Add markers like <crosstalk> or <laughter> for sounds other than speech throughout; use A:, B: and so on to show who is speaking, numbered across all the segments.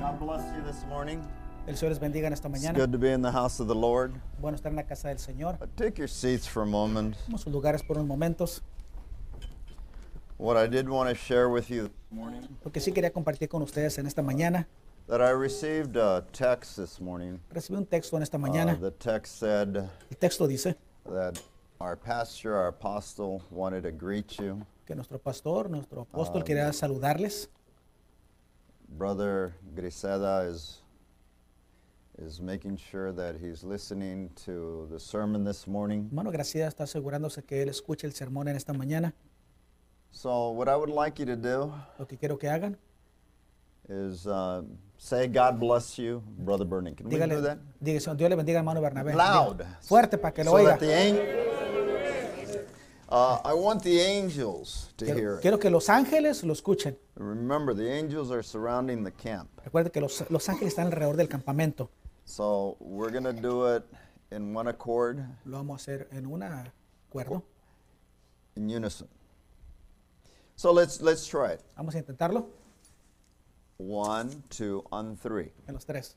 A: God bless you this morning.
B: El Señor les bendiga en esta
A: It's
B: mañana.
A: good to be in the house of the Lord.
B: Bueno estar en la casa del Señor.
A: Uh, Take your seats for a moment.
B: Vamos a sus lugares por unos momentos.
A: What I did want to share with you this morning
B: Lo que sí quería compartir con ustedes en esta mañana.
A: that I received a text this morning.
B: Recibí un texto en esta
A: Uh,
B: mañana.
A: the text said
B: El texto dice
A: that our pastor, our apostle, wanted to greet you.
B: que nuestro pastor, nuestro
A: Ah,
B: apóstol quería saludarles.
A: Brother Griseda is is making sure that he's listening to the sermon this morning.
B: Hermano Gracia está asegurándose que él escuche el sermón en esta mañana.
A: So what I would like you to do
B: Lo que quiero que hagan,
A: is uh, say God bless you, Brother Burning. Can we do
B: dígale,
A: that?
B: dígale, "Señor, Dios le bendiga hermano Bernabé.
A: Loud.
B: Diga, Fuerte para que lo
A: So
B: oiga.
A: that the angel, uh, I want the angels to hear
B: Quiero,
A: it.
B: quiero que los ángeles lo escuchen.
A: Remember, the angels are surrounding the camp.
B: Recuerde que los, los ángeles están alrededor del campamento.
A: So we're going to do it in one accord,
B: Lo vamos a hacer en un acuerdo.
A: in unison. So let's let's try it.
B: Vamos a intentarlo
A: One, two, on three.
B: en los tres.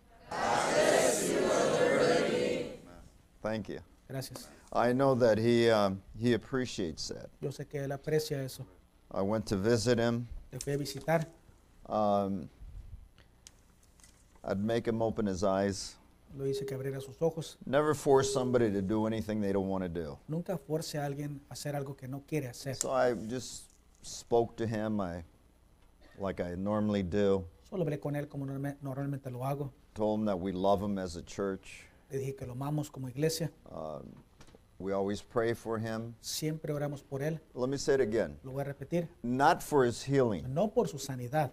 A: Thank you.
B: Gracias.
A: I know that he um, he appreciates that.
B: Yo sé que él aprecia eso.
A: I went to visit him.
B: Le fui a visitar,
A: Um, I'd make him open his eyes.
B: lo hice que abriera sus ojos.
A: Never force somebody to do anything they don't want to do.
B: Nunca force a alguien a hacer algo que no quiere hacer.
A: So I just spoke to him I, like I normally do,
B: Solo hablé con él como norme- normalmente lo hago.
A: told him that we love him as a church.
B: Le dije que lo amamos como iglesia.
A: Um, we always pray for him.
B: Siempre oramos por él.
A: Let me say it again
B: Lo voy a repetir.
A: not for his healing.
B: No por su sanidad.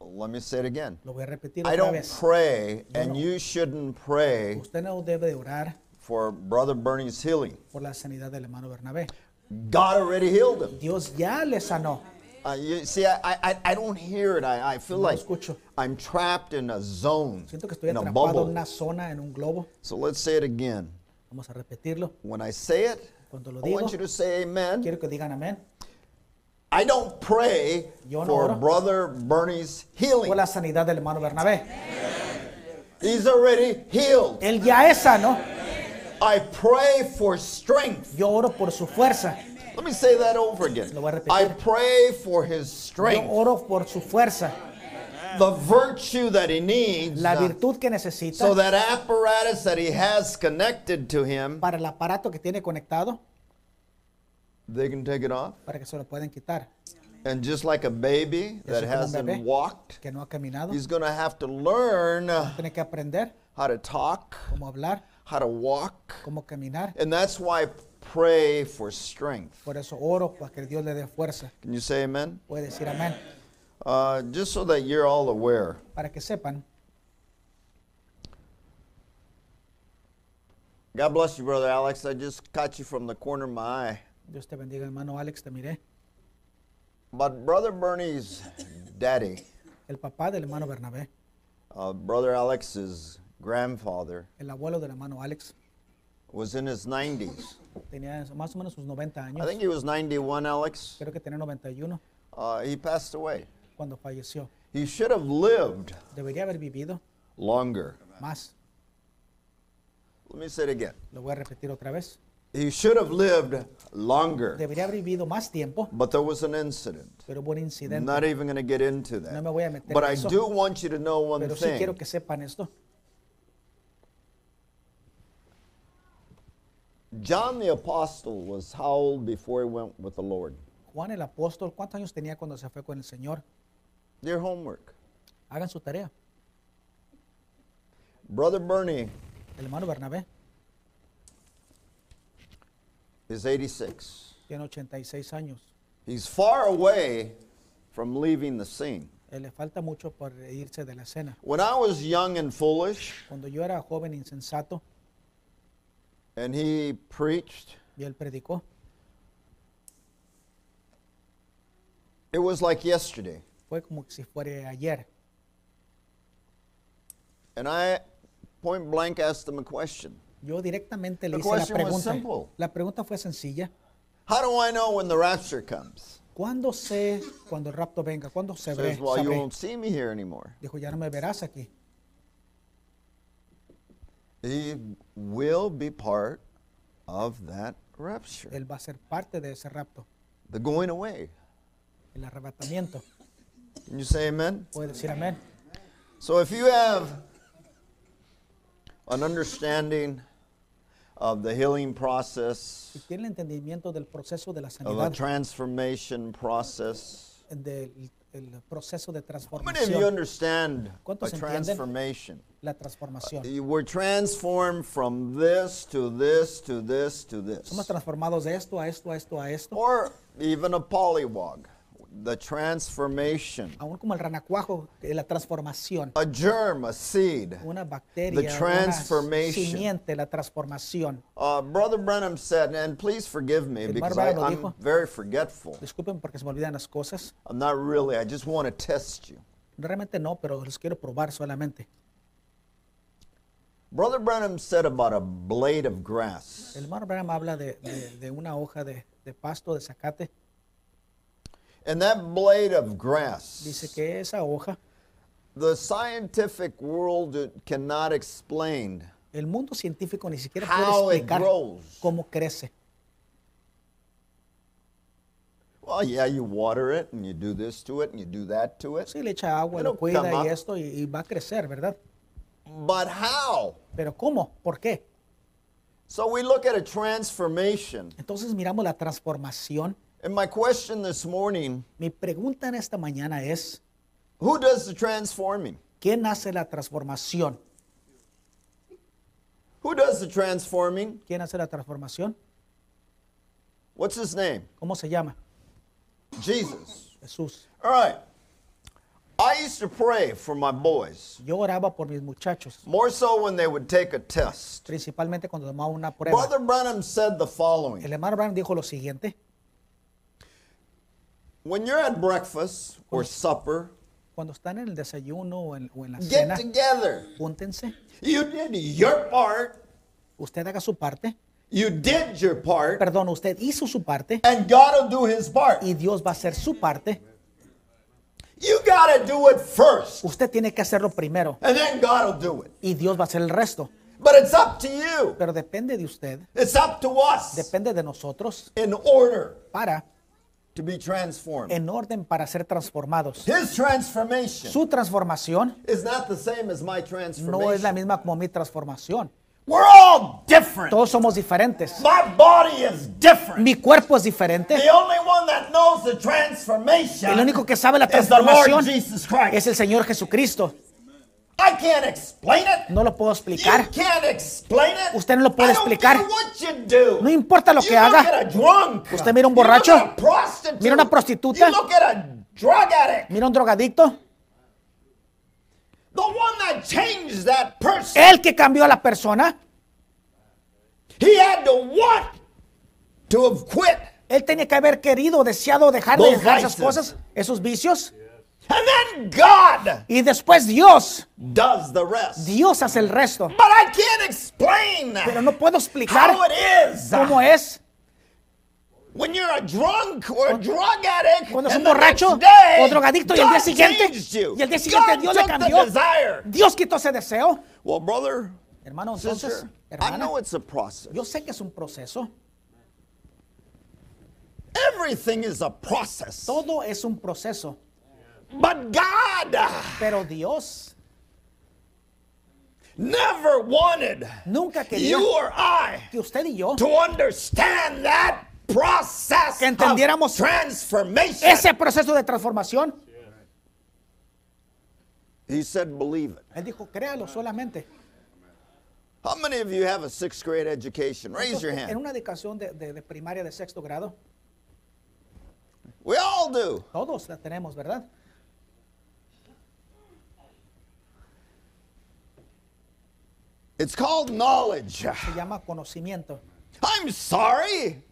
A: Let me say it again.
B: Lo voy a repetir
A: I
B: otra
A: don't
B: vez.
A: pray,
B: No,
A: and
B: no.
A: you shouldn't pray
B: Usted no debe de orar
A: for Brother Bernie's healing.
B: por la sanidad del hermano Bernabé.
A: God already healed him.
B: Dios ya le sanó.
A: Uh, you see, I, I, I- I don't hear it. I, I feel
B: No
A: like
B: escucho.
A: I'm trapped in a zone,
B: Siento que estoy
A: in a
B: atrapado en
A: bubble.
B: una zona, en un globo.
A: So let's say it again.
B: Vamos a repetirlo.
A: When I say it,
B: Cuando lo
A: I want you
B: digo,
A: to say amen.
B: quiero que digan amén.
A: I don't pray
B: Yo no
A: for
B: oro.
A: Brother Bernie's healing.
B: Por la sanidad del hermano Bernabé.
A: He's already healed.
B: Él ya es sano.
A: I pray for strength.
B: Yo oro por su fuerza.
A: Let me say that over again.
B: Lo voy a repetir.
A: I pray for his
B: Yo
A: strength,
B: oro por su fuerza.
A: the virtue that he needs,
B: La
A: uh,
B: virtud que necesita
A: so that apparatus that he has connected to him,
B: para el aparato que tiene conectado
A: they can take it off.
B: para que se lo puedan quitar.
A: And just like a baby that
B: como un
A: hasn't
B: bebé.
A: walked,
B: Que no ha caminado.
A: he's going to have to learn uh,
B: Tiene que aprender
A: how to talk,
B: cómo hablar,
A: how to walk.
B: cómo caminar.
A: And that's why I pray for strength.
B: Por eso oro para que Dios le dé fuerza.
A: Can you say amen?
B: Puede decir amén.
A: Uh, just so that you're all aware,
B: Para que sepan.
A: God bless you, Brother Alex. I just caught you from the corner of my eye.
B: Dios te bendiga, hermano Alex. Te miré.
A: But Brother Bernie's daddy,
B: El papá del hermano Bernabé.
A: uh, Brother Alex's grandfather,
B: El abuelo del hermano Alex.
A: was in his 90s.
B: Tenía más o menos sus 90
A: I
B: años.
A: think he was 91, Alex.
B: Creo que tenía 91
A: Uh, he passed away.
B: cuando falleció.
A: He should have lived
B: Debería haber vivido
A: longer.
B: más.
A: Let me say it again.
B: Lo voy a repetir otra vez.
A: He should have lived longer,
B: Debería haber vivido más tiempo,
A: but there was an incident.
B: pero hubo un incidente.
A: I'm not even going to get into that.
B: No me voy a meter
A: but
B: en
A: I
B: eso.
A: do want you to know one
B: pero sí
A: thing.
B: quiero que sepan esto.
A: John the Apostle was how old before he went with the Lord?
B: Juan el apóstol, ¿cuántos años tenía cuando se fue con el Señor?
A: Your homework.
B: Hagan su tarea.
A: Brother Bernie
B: El hermano Bernabé
A: is 86.
B: tiene 86 años.
A: He's far away from leaving the scene.
B: Eh, le falta mucho por irse de la escena.
A: When I was young and foolish,
B: Cuando yo era joven insensato
A: and he preached,
B: y él predicó,
A: it was like yesterday.
B: fue como si fuera ayer.
A: And I point blank asked him a question
B: Yo directamente
A: The
B: le hice la
A: question was
B: pregunta.
A: simple.
B: La pregunta fue sencilla.
A: How do I know when the rapture comes?
B: ¿Cuándo sé cuando el rapto venga? ¿Cuándo se ve?
A: Says, well, you
B: sabré?"
A: won't see me here anymore.
B: Dijo, ya no me verás aquí.
A: He will be part of that rapture,
B: Él va a ser parte de ese rapto,
A: the going away.
B: el arrebatamiento.
A: Can you say amen?
B: Puede decir amén.
A: So if you have an understanding of the healing process,
B: Si tiene el entendimiento del proceso de la
A: of a
B: sanidad,
A: transformation process,
B: del el proceso de
A: how many of you
B: transformación,
A: understand a
B: ¿Cuántos entienden?
A: transformation?
B: la transformación.
A: You We're transformed from this to this to this to this.
B: Somos transformados de esto a esto, a esto, a esto.
A: Or even a polywog, the transformation,
B: Aún como el ranacuajo, eh, la transformación.
A: a germ, a seed.
B: Una bacteria,
A: The
B: una
A: transformation.
B: simiente, la transformación.
A: Uh, Brother Brenham said, and please forgive me
B: El
A: because I,
B: bárbaro
A: I'm
B: dijo.
A: very forgetful.
B: Disculpen porque se me olvidan las cosas.
A: I'm not really, I just want to test you.
B: Realmente no, pero los quiero probar solamente.
A: Brother Brenham said about a blade of grass.
B: El hermano Branham habla de, de- de una hoja de, de pasto, de zacate.
A: And that blade of
B: Dice
A: grass,
B: que esa hoja,
A: the scientific world cannot explain
B: el mundo científico ni siquiera
A: How
B: puede
A: it
B: explicar
A: grows.
B: cómo crece.
A: Well, yeah, you water it and you do this to it and you do that to it.
B: Sí, le echa agua,
A: It'll
B: lo cuida
A: come up.
B: y esto, y, y va a crecer, ¿verdad?
A: But how?
B: Pero ¿cómo? ¿Por qué?
A: So we look at a transformation.
B: Entonces miramos la transformación.
A: And my question this morning
B: Mi pregunta en esta mañana es,
A: who does the transforming?
B: ¿quién hace la transformación?
A: Who does the transforming?
B: ¿Quién hace la transformación?
A: What's his name?
B: ¿Cómo se llama?
A: Jesus.
B: Jesús.
A: All right. I used to pray for my boys,
B: Yo oraba por mis muchachos,
A: more so when they would take a test.
B: principalmente cuando tomaba una prueba.
A: Brother Branham said the
B: El
A: following
B: hermano Branham dijo lo siguiente,
A: When you're at breakfast or supper,
B: cuando están en el desayuno o en, o en la
A: get
B: cena,
A: together.
B: júntense,
A: You did your part,
B: usted haga su parte,
A: you did your part,
B: perdón, usted hizo su parte
A: and God will do his part.
B: y Dios va a hacer su parte,
A: You got to do it first,
B: usted tiene que hacerlo primero
A: and then God will do it.
B: y Dios va a hacer el resto.
A: But it's up to you,
B: Pero depende de usted,
A: it's up to us
B: depende de nosotros
A: in order
B: para,
A: to be transformed.
B: en orden para ser transformados.
A: His transformation
B: Su transformación
A: is not the same as my
B: no es la
A: transformation.
B: misma como mi transformación.
A: We're all different.
B: Todos somos diferentes.
A: My body is different.
B: Mi cuerpo es diferente.
A: The only one that knows the transformation
B: El único que sabe la
A: is the Lord
B: transformación
A: Jesus
B: es
A: Christ.
B: el Señor Jesucristo.
A: I can't explain it.
B: No lo puedo
A: You
B: explicar.
A: can't explain it.
B: Usted no lo puede
A: I don't
B: explicar.
A: care what you do.
B: No importa lo
A: You
B: que
A: look
B: haga.
A: at a drunk.
B: Usted mira un
A: You look
B: borracho.
A: at a prostitute.
B: Mira una prostituta.
A: You look at a drug addict.
B: Mira un drogadicto.
A: The one that changed that person.
B: El que cambió a la persona,
A: He had to want to have quit.
B: él tenía que haber querido, deseado dejar de
A: Those
B: dejar esas
A: vices.
B: cosas, esos vicios.
A: And then God
B: Y después Dios,
A: does the rest.
B: Dios hace el resto.
A: But I can't explain
B: Pero no puedo explicar
A: how it is
B: cómo es.
A: when you're a drunk or a drug addict
B: Cuando es
A: and
B: un
A: the
B: borracho
A: next day,
B: o drogadicto y el día
A: God
B: siguiente,
A: changed you.
B: y el día siguiente
A: God
B: Dios le
A: took the
B: cambió.
A: desire.
B: Dios quitó ese deseo.
A: Well, brother,
B: Hermano, entonces,
A: sister, I
B: hermana,
A: know it's a process.
B: yo sé que es un proceso.
A: Everything is a process.
B: Todo es un proceso.
A: But God
B: Pero Dios
A: never wanted
B: nunca quería
A: you or I
B: que usted y yo
A: to understand that process
B: Que entendiéramos
A: of transformation.
B: ese proceso de transformación.
A: He said, believe it.
B: Él dijo, créalo solamente.
A: How many of you have a sixth grade education? Raise your
B: En
A: hand.
B: una educación de, de- de primaria de sexto grado,
A: We all do.
B: todos la tenemos, ¿verdad?
A: It's called knowledge.
B: Se llama conocimiento.
A: I'm sorry.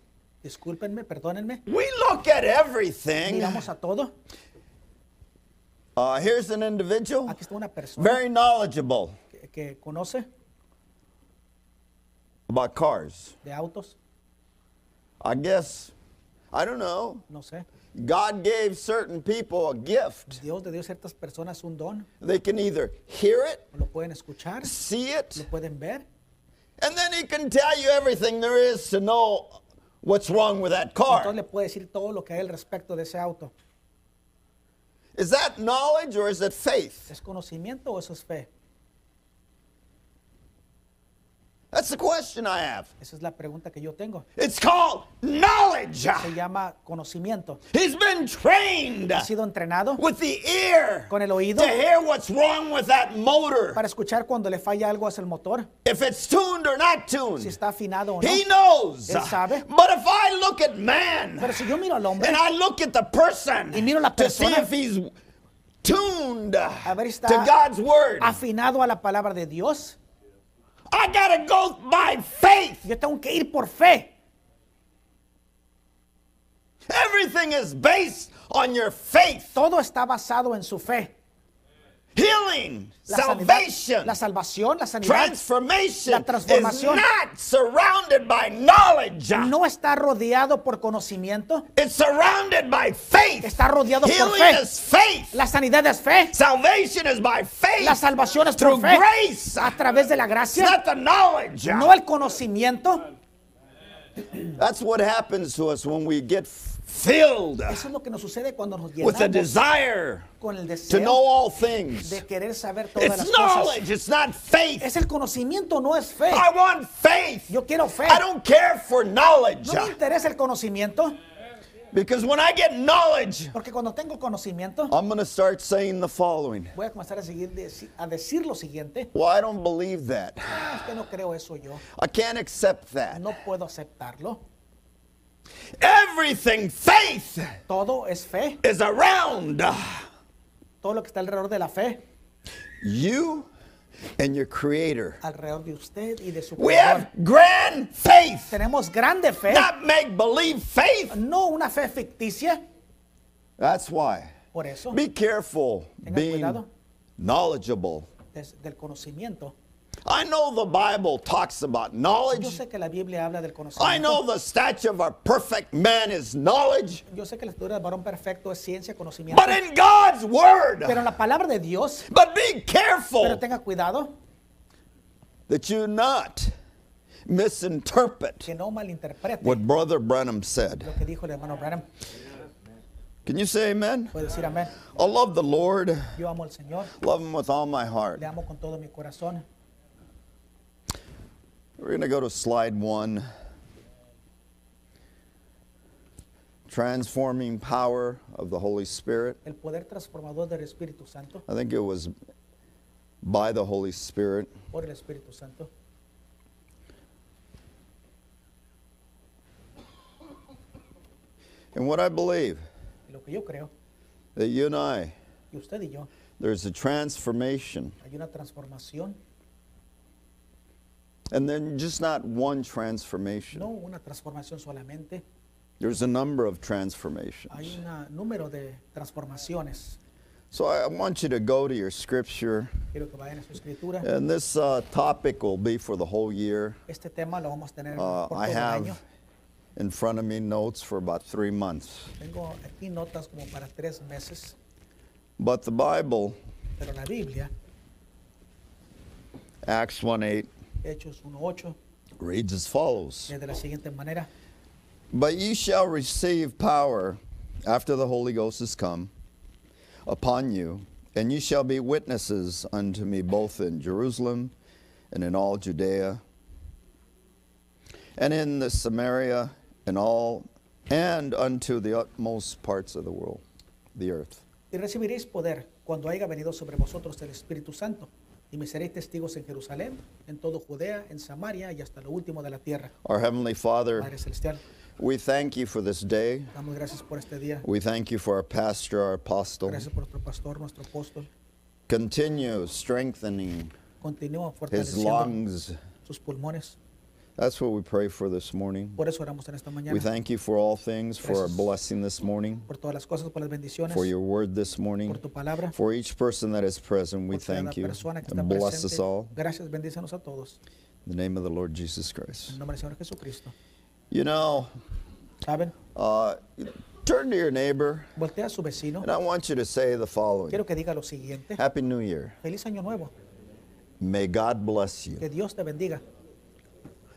B: Discúlpenme, perdónenme.
A: We look at everything.
B: Miramos a todo.
A: Uh, here's an individual,
B: Aquí está una persona
A: very knowledgeable
B: que, que conoce
A: about cars.
B: de autos,
A: I guess, I don't know,
B: no sé.
A: God gave certain people a gift.
B: Dios te dio a ciertas personas un don,
A: They can either hear it,
B: lo pueden escuchar,
A: see it,
B: lo pueden ver,
A: and then he can tell you everything there is to know what's wrong with that car.
B: entonces le puede decir todo lo que hay al respecto de ese auto.
A: Is that knowledge or is it faith?
B: ¿Es conocimiento o eso es fe?
A: That's the question I have.
B: Esa es la pregunta que yo tengo.
A: It's called knowledge.
B: Se llama conocimiento.
A: He's been trained
B: ¿Has sido entrenado
A: with the ear
B: con el oído
A: to hear what's wrong with that motor,
B: para escuchar cuando le falla algo hacia el motor?
A: if it's tuned or not
B: Si
A: tuned.
B: está afinado o no.
A: He knows.
B: Él sabe.
A: But if I look at man
B: Pero si yo miro al hombre
A: and I look at the person
B: Y miro la
A: to see
B: persona.
A: if he's tuned
B: ver, está
A: to God's word,
B: afinado a la palabra de Dios,
A: I gotta go by faith.
B: yo tengo que ir por fe.
A: Everything is based on your faith.
B: Todo está basado en su fe.
A: Healing,
B: La sanidad,
A: salvation,
B: la salvación, la sanidad
A: transformation
B: la
A: is
B: transformación.
A: not surrounded by knowledge.
B: no está rodeado por conocimiento,
A: It's surrounded by faith.
B: está rodeado por
A: Healing
B: fe.
A: is faith.
B: La sanidad es fe,
A: Salvation is by faith.
B: la salvación es por
A: Through
B: fe,
A: grace.
B: a través de la
A: It's
B: gracia,
A: not the knowledge.
B: no el conocimiento.
A: That's what happens to us when we get f- filled
B: Eso es lo que nos sucede cuando nos
A: with a
B: llenamos
A: desire
B: con el
A: to know
B: deseo
A: all things.
B: de querer saber todas las
A: It's
B: cosas.
A: knowledge, it's not faith.
B: Es el conocimiento, no es fe.
A: I want faith.
B: Yo quiero fe.
A: I don't care for knowledge.
B: No me interesa el conocimiento,
A: Because when I get knowledge,
B: porque cuando tengo conocimiento,
A: I'm going to start saying the following.
B: voy a comenzar a, seguir deci- a decir lo siguiente.
A: Well, I don't believe that.
B: "Ah, es que no creo eso yo,
A: I can't accept that.
B: no puedo aceptarlo.
A: Everything, faith,
B: Todo es fe,
A: is around
B: todo lo que está alrededor de la fe,
A: you and your Creator.
B: alrededor de usted y de su
A: We
B: creador.
A: have grand faith,
B: Tenemos grande fe,
A: not make believe faith.
B: no una fe ficticia.
A: That's why.
B: Por eso,
A: Be careful
B: Tenga
A: being
B: cuidado.
A: knowledgeable.
B: des- del conocimiento.
A: I know the Bible talks about
B: Yo
A: knowledge.
B: sé que la Biblia habla del
A: I know
B: conocimiento.
A: the stature of a perfect man is knowledge.
B: Yo sé que la estructura del varón perfecto es ciencia, conocimiento.
A: But in God's Word,
B: Pero en la palabra de Dios,
A: but be
B: pero
A: careful
B: tenga cuidado
A: that you not misinterpret
B: que no malinterprete
A: what Brother Branham said.
B: lo que dijo el hermano Branham.
A: Can you say amen?
B: Puede decir amén.
A: I love the Lord,
B: Yo amo al Señor,
A: love Him with all my heart.
B: le amo con todo mi corazón.
A: We're going to go to slide one Transforming Power of the Holy Spirit.
B: El poder transformador del Espíritu Santo,
A: I think it was by the Holy Spirit.
B: por el Espíritu Santo.
A: And what I believe
B: Y lo que yo creo,
A: that you and I,
B: y usted y yo,
A: there's a transformation.
B: hay una transformación,
A: And then just not one transformation,
B: no una transformación solamente,
A: there's a number of transformations.
B: hay un número de transformaciones.
A: So I I want you to go to your scripture.
B: Quiero que vayan a su escritura.
A: And this uh, topic will be for the whole year.
B: Este tema lo vamos a tener
A: Uh,
B: por todo
A: I
B: el año.
A: have in front of me notes for about three months.
B: Tengo aquí notas como para tres meses,
A: But the Bible,
B: pero la Biblia,
A: Acts 1 8,
B: Hechos 1.8,
A: reads as follows
B: es de la siguiente manera.
A: But ye shall receive power after the Holy Ghost is come upon you, and ye shall be witnesses unto me both in Jerusalem and in all Judea and in the Samaria and all and unto the utmost parts of the world, the earth.
B: Y recibiréis poder cuando haya venido sobre vosotros el Espíritu Santo. Y me seréis testigos en Jerusalén, en todo Judea, en Samaria y hasta lo último de la tierra.
A: Our Heavenly Father,
B: Padre Celestial,
A: we thank you for this day.
B: damos gracias por este día.
A: We thank you for our pastor, our apostle.
B: Gracias por nuestro pastor, nuestro apóstol.
A: Continue strengthening
B: Continúa
A: his
B: fortaleciendo
A: lungs.
B: sus pulmones.
A: That's what we pray for this morning.
B: Por eso oramos en esta
A: We
B: mañana.
A: thank you for all things, for our
B: Gracias.
A: blessing this morning,
B: Por todas las cosas, por las bendiciones,
A: for your word this morning,
B: por tu palabra.
A: for each person that is present. We
B: por cada
A: thank you.
B: persona que está
A: And bless us
B: presente.
A: all.
B: Gracias, bendícenos a todos.
A: In the name of the Lord Jesus
B: En
A: Christ.
B: nombre del Señor Jesucristo.
A: You know,
B: ¿Saben?
A: uh, Turn to your neighbor,
B: Voltea a su vecino.
A: and I want you to say the following
B: Quiero que diga lo siguiente.
A: Happy New Year.
B: Feliz año nuevo.
A: May God bless you.
B: Que Dios te bendiga.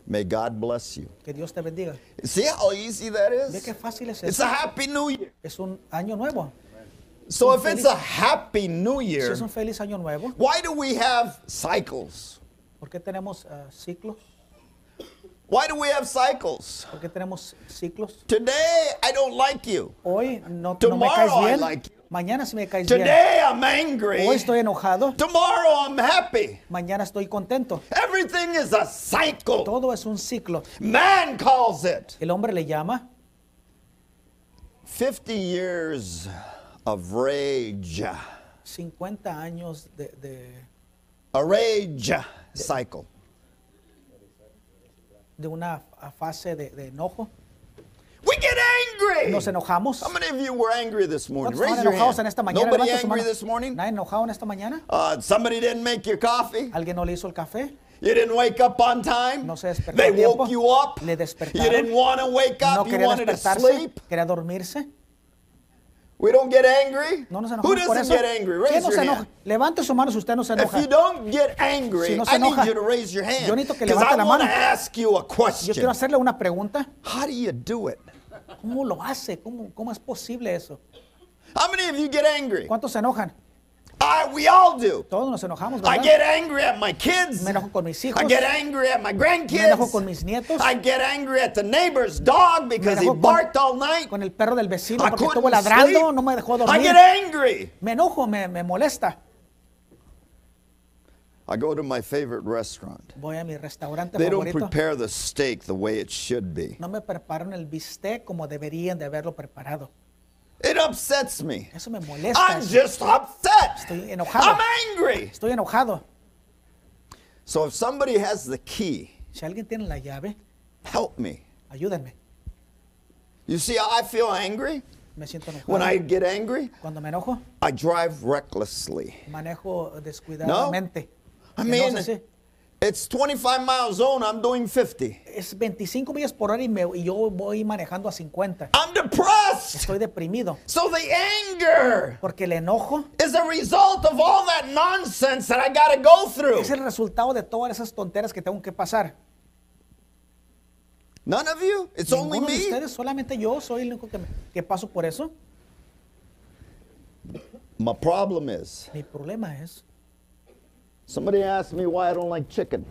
A: May God bless you.
B: Que Dios te bendiga.
A: See how easy that
B: Ve
A: is?
B: qué fácil es
A: It's
B: eso.
A: a Happy New Year.
B: Es un año nuevo.
A: So if it's a Happy New
B: Si
A: Year,
B: es un feliz año nuevo,
A: why do we have cycles?
B: ¿por qué tenemos ah, ciclos?
A: Why do we have cycles?
B: ¿Por qué tenemos ciclos?
A: Today, I don't like you.
B: Hoy no, no me
A: Tomorrow
B: caes
A: I
B: bien.
A: like you.
B: Mañana sí me caes bien.
A: Today, I'm angry.
B: Hoy estoy enojado.
A: Tomorrow, I'm happy.
B: Mañana estoy contento.
A: Everything is a cycle.
B: Todo es un ciclo.
A: Man calls it.
B: El hombre le llama
A: 50 years of rage.
B: 50 años de, de-
A: A rage cycle.
B: de una fa- fase de, de enojo.
A: We get angry.
B: Nos enojamos.
A: How many of you were angry this morning?
B: ¿Cuántos
A: Raise
B: estaban
A: your
B: enojados
A: hand.
B: en esta mañana?
A: Nobody
B: Levanta su
A: angry
B: mano.
A: this morning?
B: ¿Nadie enojado en esta mañana?
A: Uh, somebody didn't make your coffee.
B: ¿Alguien no le hizo el café?
A: You didn't wake up on time.
B: No se despertó
A: they
B: a tiempo.
A: woke you up.
B: Le
A: you
B: despertaron.
A: didn't want to wake
B: No
A: up. you
B: quería
A: wanted to
B: despertarse,
A: sleep.
B: quería dormirse.
A: We don't get angry.
B: No nos
A: Who
B: enojamos por
A: doesn't
B: eso.
A: get angry?
B: ¿Quién
A: Raise
B: no
A: your
B: se
A: hand.
B: enoja? Levante su mano si usted no se
A: If
B: enoja.
A: you don't get angry,
B: Si no se
A: I need
B: enoja,
A: you to raise your hand.
B: yo necesito que
A: Because I
B: levante la
A: want to
B: mano.
A: ask you a
B: Yo quiero
A: question.
B: hacerle una pregunta.
A: How do you do it?
B: ¿Cómo lo hace? ¿Cómo, cómo es posible eso?
A: How many of you get angry?
B: ¿Cuántos se enojan?
A: I, we all do.
B: Todos nos enojamos,
A: I
B: ¿verdad?
A: get angry at my kids.
B: Me enojo con mis hijos.
A: I get angry at my grandkids.
B: Me enojo con mis nietos.
A: I get angry at the neighbor's dog because he
B: enojo con-
A: barked all night.
B: Con el perro del vecino
A: I
B: porque
A: couldn't
B: estuvo ladrando,
A: sleep.
B: no me dejó
A: I
B: dormir.
A: get angry.
B: Me enojo, me, me molesta.
A: I go to my favorite restaurant.
B: Voy a mi restaurante
A: They don't
B: favorito.
A: prepare the steak the way it should be.
B: No me preparan el bistec como deberían de haberlo preparado.
A: It upsets me.
B: Eso me molesta.
A: I'm
B: eso.
A: just upset.
B: Estoy enojado.
A: I'm angry.
B: Estoy enojado.
A: So if somebody has the key,
B: Si alguien tiene la llave,
A: help me.
B: ayúdenme.
A: You see how I feel angry?
B: Me siento enojado.
A: When I get angry,
B: Cuando me enojo,
A: I drive recklessly.
B: manejo descuidadamente.
A: I
B: Entonces,
A: mean,
B: sí,
A: it's 25 mile zone, I'm doing 50.
B: es 25 millas por hora y, me- y yo voy manejando a 50.
A: I'm depressed.
B: Estoy deprimido
A: So the anger
B: porque el enojo
A: is a result of all that nonsense that I got to go through.
B: es el resultado de todas esas tonteras que tengo que pasar.
A: None of you? It's only
B: Ninguno de
A: me?
B: ustedes, solamente yo soy el único que, me- que paso por eso.
A: My problem is
B: Mi problema es,
A: somebody asked me why I don't like chicken.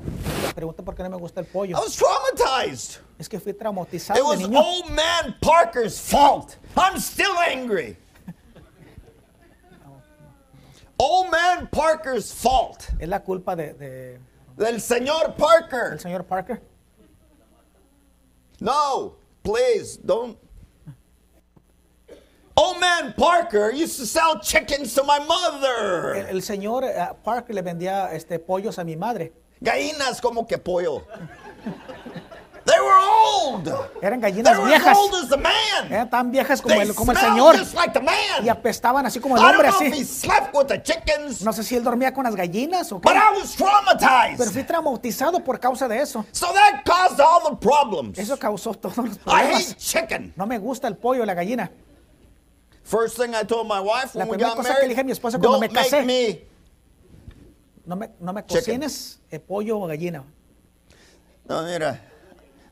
B: me pregunta por qué no me gusta el pollo.
A: I was traumatized.
B: Es que fui
A: Oh. It
B: traumatizado de
A: was
B: niño.
A: old man Parker's fault. I'm still angry. Old man Parker's fault.
B: Es la culpa de, de-
A: Del señor
B: del
A: Parker.
B: señor Parker.
A: No, please don't. Old man Parker used to sell chickens to my
B: El,
A: mother.
B: el señor eh, Parker le vendía este, pollos a mi madre.
A: Gallinas como que pollo. They were old.
B: Eran
A: They
B: gallinas
A: were as
B: viejas.
A: old as the man.
B: Eran tan viejas como
A: They
B: el, como el
A: smelled
B: señor.
A: just like the
B: Y
A: man.
B: apestaban así como el
A: I
B: hombre
A: don't know if he
B: así.
A: slept with the chickens,
B: No sé si él dormía con las gallinas o qué.
A: but I was
B: Pero
A: traumatized.
B: fui traumatizado por causa de eso.
A: So that caused all the problems.
B: Eso causó todos los
A: I hate
B: problemas.
A: chicken.
B: No me gusta el pollo y la gallina.
A: First thing I told my wife
B: La
A: when we
B: primera
A: got
B: cosa que le
A: married,
B: dije a mi esposa cuando
A: don't
B: me
A: make
B: casé."
A: me
B: No me, no me
A: Chicken.
B: cocines eh, pollo o gallina.
A: No, mira.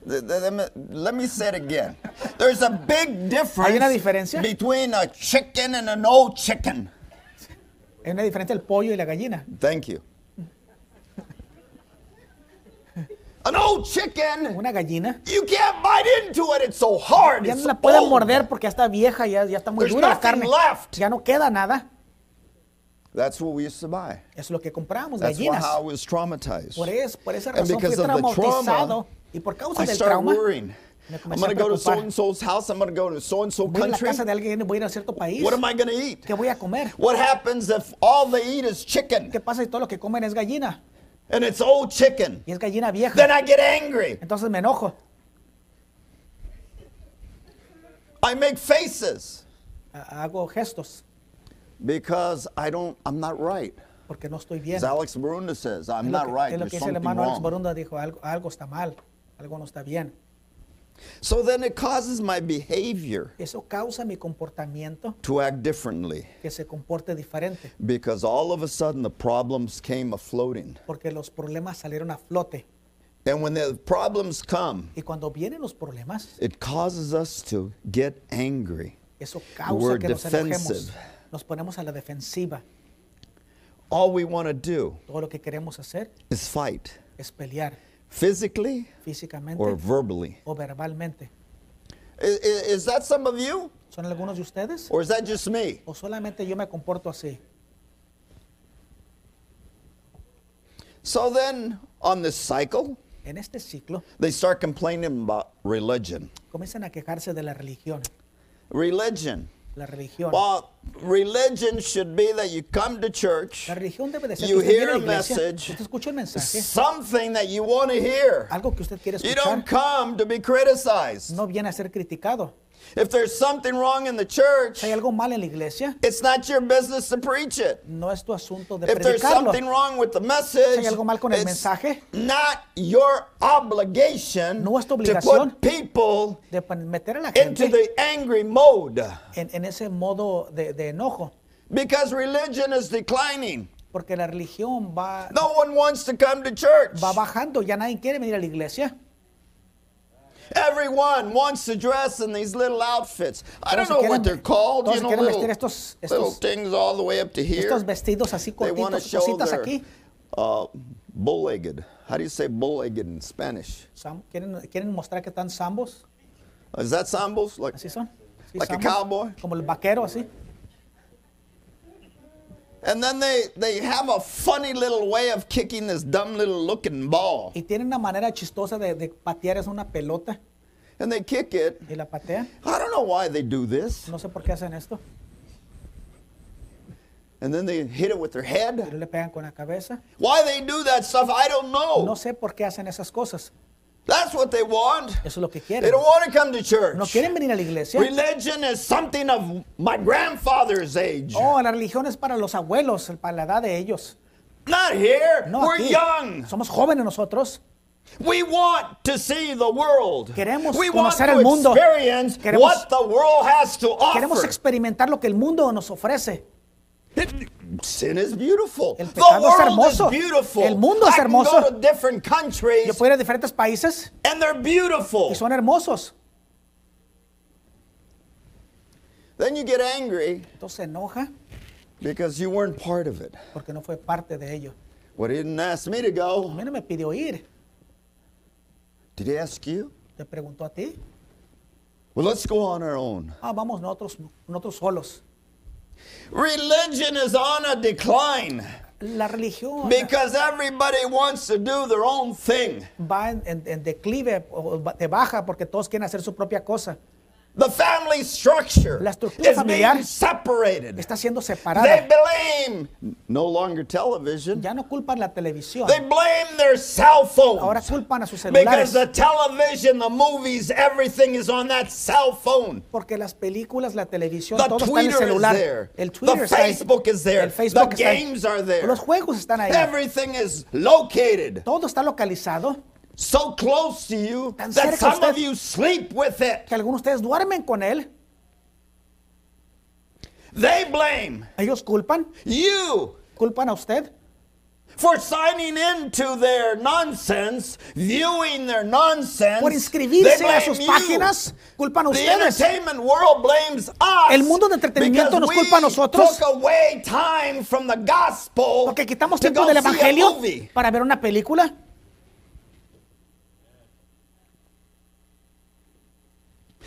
A: th- th- Let me, let me say it again. There's a big difference
B: Hay una diferencia.
A: between a chicken and an old chicken.
B: Es una diferencia el pollo y la gallina.
A: Thank you. An old chicken,
B: Una gallina
A: you can't bite into it. It's so hard.
B: ya
A: It's
B: no la pueden
A: old.
B: morder porque ya está vieja, ya, ya está muy
A: There's
B: dura la
A: nothing
B: carne.
A: left.
B: Ya no queda nada.
A: That's what we used to buy.
B: Es lo que compramos,
A: That's why
B: gallinas.
A: how I was traumatized.
B: Por, es- por esa
A: And
B: razón fui
A: because of the trauma,
B: traumatizado. Y por causa
A: I
B: del
A: start
B: trauma,
A: worrying.
B: me
A: I'm
B: comencé
A: going to
B: a
A: go to so
B: preocupar.
A: and so's house. I'm going to go to so and so
B: Voy a la
A: country.
B: casa de alguien, voy a ir a cierto país.
A: What am I going to eat?
B: ¿Qué voy a comer?
A: What happens if all they eat is chicken?
B: ¿Qué pasa si todo lo que comen es gallina?
A: and it's old chicken.
B: Y es gallina vieja.
A: Then I get angry.
B: Entonces me enojo.
A: I make faces
B: Ah, Hago gestos
A: because I don't. I'm not right.
B: porque no estoy bien.
A: As Alex Barunda says, I'm
B: es lo
A: not
B: que,
A: right.
B: es lo
A: There's
B: que dice
A: something
B: el hermano Alex
A: wrong.
B: Borunda, dijo, algo, algo está mal, algo no está bien.
A: So then it causes my behavior
B: Eso causa mi comportamiento
A: to act differently
B: que se comporte diferente,
A: because all of a sudden the problems came afloating.
B: porque los problemas salieron a flote.
A: And when the problems come,
B: Y cuando vienen los problemas,
A: it causes us to get angry.
B: eso causa
A: We're
B: que nos enojemos.
A: defensive.
B: Nos ponemos a la defensiva.
A: All we want to do
B: Todo lo que queremos hacer
A: is fight,
B: es pelear
A: physically
B: físicamente
A: or verbally.
B: o verbalmente.
A: I- i- Is, that some of you?
B: ¿Son algunos de ustedes?
A: Or is that just me?
B: ¿O solamente yo me comporto así?
A: So then, on this cycle,
B: En este ciclo
A: they start complaining about religion.
B: comienzan a quejarse de la religión.
A: Religion.
B: La religión.
A: Well, religion should be that you come to church,
B: La religión debe de ser
A: you
B: que usted viene
A: hear
B: a
A: a
B: la iglesia,
A: message,
B: usted escucha el mensaje,
A: something that you want to hear.
B: algo que usted quiere
A: You
B: escuchar,
A: don't come to be criticized.
B: no viene a ser criticado.
A: If there's something wrong in the church,
B: Si hay algo mal en la iglesia,
A: it's not your business to preach it.
B: no es tu asunto de
A: If there's
B: predicarlo.
A: something
B: Si
A: wrong with the message,
B: hay algo mal con el
A: it's
B: mensaje,
A: not your obligation
B: No es tu
A: to
B: obligación
A: put people
B: de pon- meter a la
A: into
B: gente
A: the angry mode
B: en, en ese modo de, de enojo,
A: because religion is declining.
B: porque la religión va,
A: No one wants to come to church.
B: va bajando, ya nadie quiere venir a la iglesia.
A: Everyone wants to dress in these little outfits. I don't
B: Todos se
A: know
B: quieren-
A: what they're called.
B: todos
A: You
B: se
A: know,
B: quieren vestir
A: little,
B: estos- estos-
A: little things all the way up to here.
B: Estos vestidos así
A: They want to
B: cortitos,
A: show
B: cositas
A: their
B: aquí,
A: uh, bow-legged. How do you say bow-legged in Spanish?
B: sam- quieren, quieren mostrar que están zambos,
A: Is that sambos? Like,
B: así son. Sí,
A: Like a
B: zambos,
A: cowboy.
B: Como el vaquero, así.
A: and then they, they have a funny little way of kicking this dumb little looking ball.
B: Y tienen una manera chistosa de, de patear es una pelota
A: And they kick it.
B: y la patean.
A: I don't know why they do this.
B: No sé por qué hacen esto.
A: And then they hit it with their
B: Y
A: head.
B: luego le pegan con la cabeza.
A: Why they do that stuff, I don't
B: No
A: know.
B: sé por qué hacen esas cosas.
A: That's what they want.
B: Eso es lo que
A: They
B: quieren.
A: don't want to come to church.
B: No quieren venir a la iglesia.
A: Religion is something of my grandfather's age.
B: Oh, la religión es para los abuelos, para la edad de ellos.
A: Not here.
B: No
A: We're
B: aquí.
A: young.
B: Somos jóvenes nosotros.
A: We want to see the world.
B: Queremos
A: we want
B: conocer
A: to
B: el mundo.
A: experience
B: Queremos-
A: what the world has to
B: Queremos
A: offer.
B: experimentar lo que el mundo nos ofrece.
A: It- Sin is beautiful.
B: El
A: the
B: pecado es
A: world
B: hermoso.
A: is beautiful.
B: El mundo es
A: I can
B: hermoso.
A: go to different countries
B: Yo puedo ir a diferentes países
A: and they're
B: y
A: beautiful.
B: son hermosos.
A: Then you get angry
B: Entonces se enoja
A: because you weren't part of it.
B: porque no fue parte de ello.
A: Well, he didn't ask me to
B: A
A: go.
B: mí no me pidió ir.
A: Did he ask you?
B: Te preguntó a ti.
A: Well, let's go on our own.
B: Ah, vamos nosotros, nosotros solos.
A: Religion is on a decline.
B: La religión
A: Because everybody wants to do their own thing.
B: va en, en- en declive o ba- de baja porque todos quieren hacer su propia cosa.
A: The family structure
B: La estructura
A: is
B: familiar
A: being separated.
B: Está siendo
A: They
B: separada.
A: blame no longer television.
B: Ya no culpan la televisión.
A: They blame their cell phones.
B: Ahora culpan a sus
A: because
B: celulares.
A: the television, the movies, everything is on that cell phone.
B: Porque las películas, la televisión,
A: The
B: todo está en
A: Twitter
B: el
A: is
B: celular.
A: there.
B: El
A: The
B: Twitter está ahí.
A: Facebook is there.
B: El Facebook
A: The
B: está ahí.
A: games are there.
B: Los juegos están ahí.
A: Everything is located
B: Todo está localizado
A: so close to you
B: Tan
A: that
B: cerca
A: some
B: usted.
A: of you sleep with it.
B: que algunos de ustedes duermen con él.
A: They blame
B: Ellos culpan,
A: you
B: culpan a usted
A: for signing into their nonsense, viewing their nonsense.
B: por
A: they
B: inscribirse a
A: blame
B: sus
A: you.
B: páginas. Culpan a
A: The
B: ustedes.
A: entertainment world blames us
B: El mundo del
A: because
B: entretenimiento nos
A: we
B: culpa a nosotros.
A: Took away time from the gospel
B: Porque quitamos
A: to
B: tiempo
A: go
B: del
A: see a
B: evangelio
A: movie.
B: para ver una película.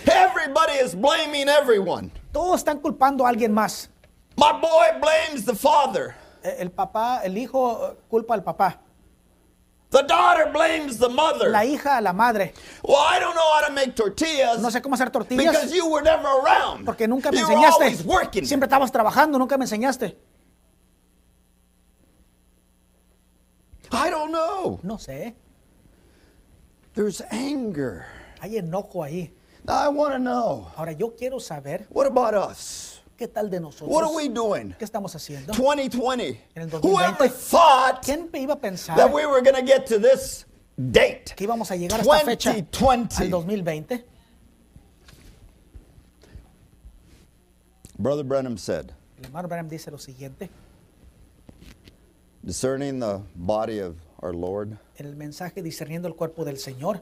A: Everybody is blaming everyone.
B: Todos están culpando a alguien más.
A: My boy blames the father.
B: Eh, El papá, el hijo eh, culpa al papá.
A: The daughter blames the mother.
B: La hija a la madre.
A: well, I don't know how to make tortillas
B: No sé cómo hacer
A: because
B: tortillas
A: you were never around.
B: porque nunca me
A: you were always
B: enseñaste.
A: working.
B: Siempre estabas trabajando, nunca me enseñaste.
A: I don't know.
B: No sé.
A: There's anger.
B: Hay enojo ahí.
A: Now I want to know
B: Ahora yo quiero saber
A: what about us?
B: qué tal de
A: What are
B: nosotros.
A: we doing?
B: ¿Qué estamos haciendo?
A: 2020.
B: En el 2020.
A: Whoever thought
B: ¿Quién iba a
A: that
B: pensar
A: we were going to get to this date,
B: que íbamos a llegar a esta fecha
A: 2020.
B: al 2020.
A: Brother Brenham said,
B: El hermano Branham dice lo siguiente,
A: discerning the body of our Lord.
B: en el mensaje discerniendo el cuerpo del Señor.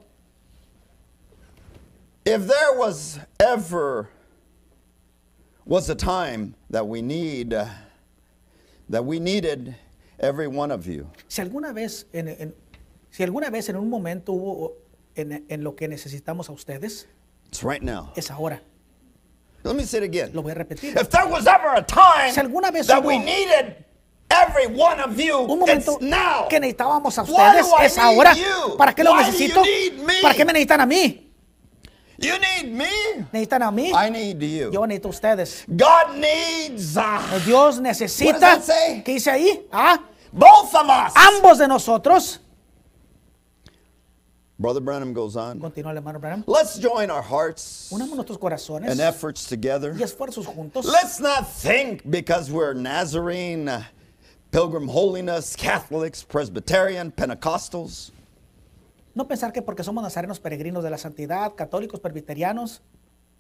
A: If there was ever was a time that we need uh, that we needed every one of you,
B: Si alguna vez en, en- si alguna vez en un momento hubo en, en lo que necesitamos a ustedes,
A: it's right now.
B: es ahora.
A: Let me say it
B: Lo
A: again.
B: voy a repetir.
A: If there was ever a time
B: Si alguna vez
A: that
B: hubo-
A: we needed every one of you,
B: Un momento
A: it's now.
B: que necesitábamos a
A: Why do
B: ustedes
A: I
B: es
A: need
B: ahora.
A: you?
B: ¿Para qué los
A: Why do you
B: necesito?
A: need me?
B: ¿Para qué me necesitan a mí?
A: You need me.
B: Necesitan a mí.
A: I need you.
B: Yo necesito a ustedes.
A: God needs uh,
B: Dios
A: What does
B: necesita.
A: that say?
B: ¿Qué dice ahí? Ah,
A: both of us.
B: ambos de nosotros.
A: Brother Branham goes on.
B: Continúa el hermano Branham.
A: Let's join our hearts
B: Unamos nuestros corazones
A: and efforts together.
B: y esfuerzos juntos.
A: Let's not think because we're Nazarene, uh, Pilgrim Holiness, Catholics, Presbyterian, Pentecostals,
B: No pensar que porque somos nazarenos peregrinos de la santidad, católicos, presbiterianos,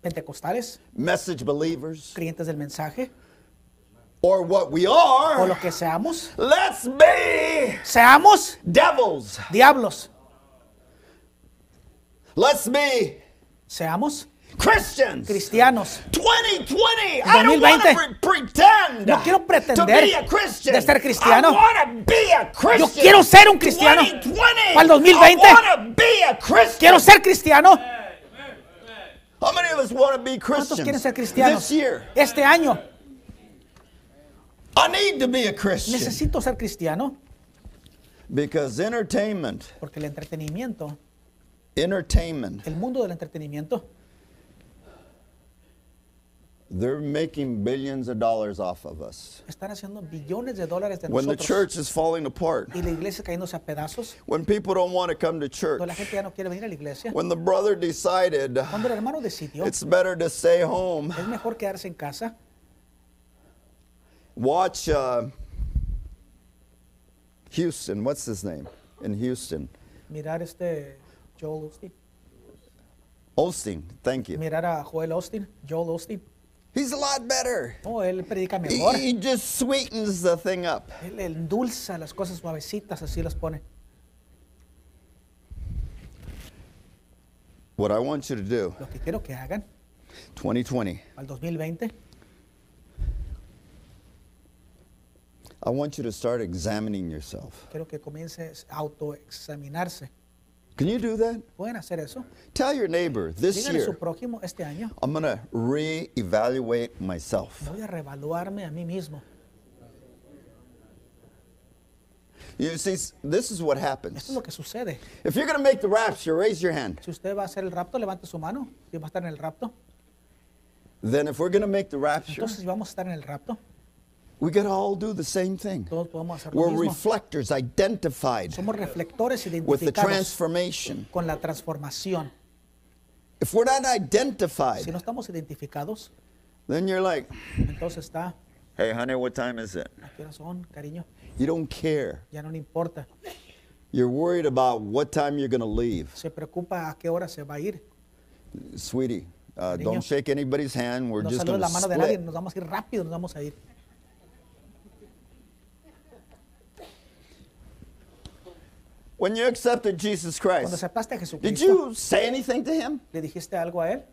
B: pentecostales,
A: message believers,
B: creyentes del mensaje,
A: or what we
B: o lo
A: are.
B: que seamos,
A: Let's be
B: seamos
A: devils.
B: diablos,
A: Let's be
B: seamos
A: Christians.
B: cristianos.
A: 2020. I don't want
B: 2020.
A: to pretend
B: No quiero
A: to
B: pretender
A: be a Christian.
B: de ser cristiano.
A: I want to be a Christian.
B: Yo quiero ser un cristiano.
A: 2020.
B: Para el 2020.
A: I want to be a Christian.
B: Quiero ser cristiano.
A: How many of us want to be
B: ¿Cuántos
A: Christians?
B: quieren ser cristianos?
A: This year,
B: Este año
A: I need to be a Christian
B: necesito ser cristiano
A: because entertainment,
B: porque el entretenimiento,
A: entertainment,
B: el mundo del entretenimiento,
A: they're making billions of dollars off of us.
B: están haciendo billones de dólares de
A: When the
B: nosotros
A: church is falling apart,
B: y la iglesia cayéndose a pedazos.
A: when people don't want to come to church,
B: Cuando la gente ya no quiere venir a la iglesia,
A: when the brother decided
B: cuando el hermano decidió,
A: it's better to stay home,
B: es mejor quedarse en casa,
A: watch uh, Houston. What's his name in Houston?
B: mirar este Joel Austin,
A: Osteen. Thank you.
B: mirar a Joel Austin, Joel Austin.
A: He's a lot better.
B: No, él predica
A: He,
B: mejor.
A: he just sweetens the thing up.
B: Él endulza las cosas suavecitas, así las pone.
A: What I want you to do,
B: Lo que quiero que hagan
A: 2020,
B: al 2020,
A: I want you to start examining yourself.
B: quiero que comiences a autoexaminarse.
A: Can you do that?
B: ¿Pueden hacer eso?
A: Tell your neighbor this
B: Díganle a su
A: year,
B: prójimo este año.
A: I'm going to re-evaluate myself.
B: Voy a reevaluarme a mí mismo.
A: You see, s- this is what
B: Esto es
A: happens.
B: lo que sucede.
A: If you're going to make the rapture, raise your hand.
B: Si usted va a hacer el rapto, levante su mano. Si va a estar en el rapto,
A: Then if we're going to make the rapture,
B: entonces si vamos a estar en el rapto,
A: we got to all do the same thing.
B: todos podemos hacer lo
A: We're
B: mismo.
A: reflectors identified
B: Somos reflectores
A: with the
B: identificados
A: transformation.
B: con la transformación.
A: If we're not
B: Si
A: identified,
B: no estamos identificados,
A: then you're like,
B: entonces está,
A: hey, honey, what time is it?
B: ¿a qué hora son, cariño?
A: You don't care.
B: Ya no le importa.
A: You're worried about what time you're going to leave.
B: Se preocupa a qué hora se va a ir.
A: Sweetie, uh,
B: Cariño.
A: don't shake anybody's hand. We're
B: No
A: just
B: saluda
A: going
B: la
A: to
B: mano de nadie,
A: split.
B: nos vamos a ir rápido, nos vamos a ir.
A: When you accepted Jesus
B: Cuando
A: Christ,
B: aceptaste a
A: did
B: Jesucristo,
A: you say anything to him?
B: ¿le dijiste algo a él?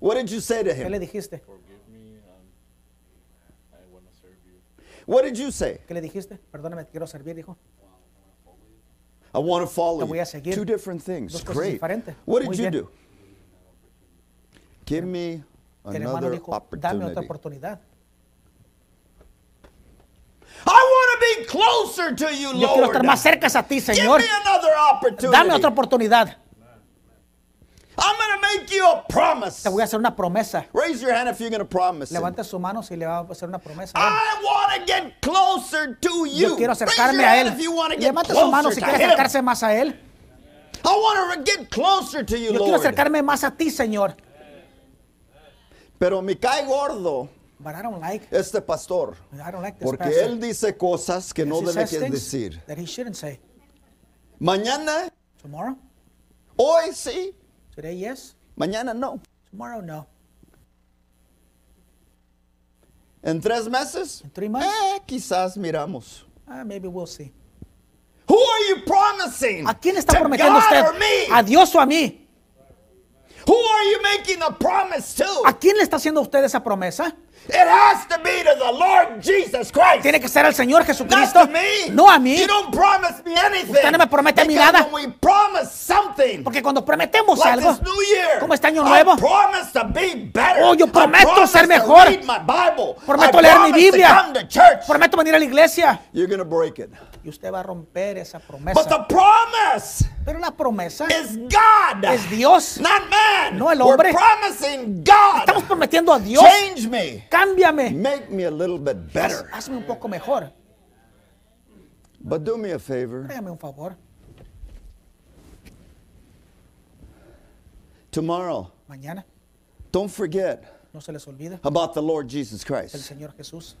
A: What did you say to
B: ¿Qué le
A: him?
B: dijiste?
A: What did you say?
B: ¿Qué le dijiste? Perdóname, te quiero servir, dijo.
A: I want to follow
B: Te voy
A: you.
B: a seguir.
A: Two different things.
B: Dos cosas
A: Great.
B: diferentes.
A: What did
B: Muy
A: you
B: bien.
A: do? Give me
B: El hermano
A: another
B: dijo, dame otra
A: opportunity.
B: oportunidad.
A: I want to be closer to you,
B: Yo quiero estar
A: Lord.
B: más cerca a ti,
A: Give
B: Señor.
A: me another
B: Dame
A: opportunity.
B: otra oportunidad.
A: I'm going to make you a promise.
B: Te voy a hacer una promesa.
A: Raise your hand if you're going to promise. him.
B: Levanta su mano si le va a hacer una promesa. a él.
A: I want to get closer to Ah, you.
B: Yo quiero
A: Raise your
B: acercarme a
A: hand
B: él.
A: If you want to get
B: Levanta su mano
A: closer
B: si
A: to
B: quiere
A: him.
B: acercarse más a él.
A: I want to get closer to you,
B: Yo quiero
A: Lord.
B: acercarme más a ti, Señor.
A: Pero me cae gordo
B: But I don't like,
A: este pastor.
B: I don't like this
A: Porque
B: pastor.
A: él dice cosas que no
B: He
A: debe
B: says
A: que
B: things
A: decir.
B: That he shouldn't say.
A: Mañana
B: Tomorrow?
A: Hoy sí,
B: Today, yes.
A: mañana no.
B: Tomorrow, no.
A: En tres meses,
B: En tres meses.
A: eh, quizás miramos.
B: Ah, maybe we'll see.
A: Who are you promising?
B: ¿A quién está
A: To
B: prometiendo
A: God
B: usted?
A: or me?
B: ¿A Dios o a mí?
A: Who are you making a promise to?
B: ¿A quién le está haciendo usted esa promesa?
A: It has to be to the Lord Jesus Christ.
B: Tiene que ser al Señor
A: Not to
B: Jesucristo.
A: me.
B: No a mí.
A: You don't promise me anything.
B: Usted no me promete a mí
A: Because
B: nada.
A: When we promise something,
B: Porque cuando prometemos
A: like
B: algo,
A: this new year,
B: como este año
A: I
B: nuevo,
A: promise to be better.
B: Oh, yo
A: I
B: prometo
A: promise
B: ser
A: to
B: mejor.
A: read my Bible.
B: Prometo
A: I
B: leer
A: promise
B: mi
A: to
B: Biblia.
A: come to church.
B: prometo venir a la iglesia.
A: You're going to break it.
B: Y usted va a romper esa
A: But the
B: promesa.
A: promise
B: Pero la promesa
A: is God.
B: es Dios.
A: Not man.
B: No el
A: We're
B: hombre.
A: promising God.
B: Estamos prometiendo a Dios.
A: Change me.
B: Cámbiame.
A: Make me a little bit better.
B: Hazme un poco mejor.
A: But do me a favor.
B: Hágame un favor.
A: Tomorrow,
B: Mañana,
A: don't forget
B: no se les olvide,
A: about the Lord Jesus
B: el
A: Christ.
B: Señor Jesús.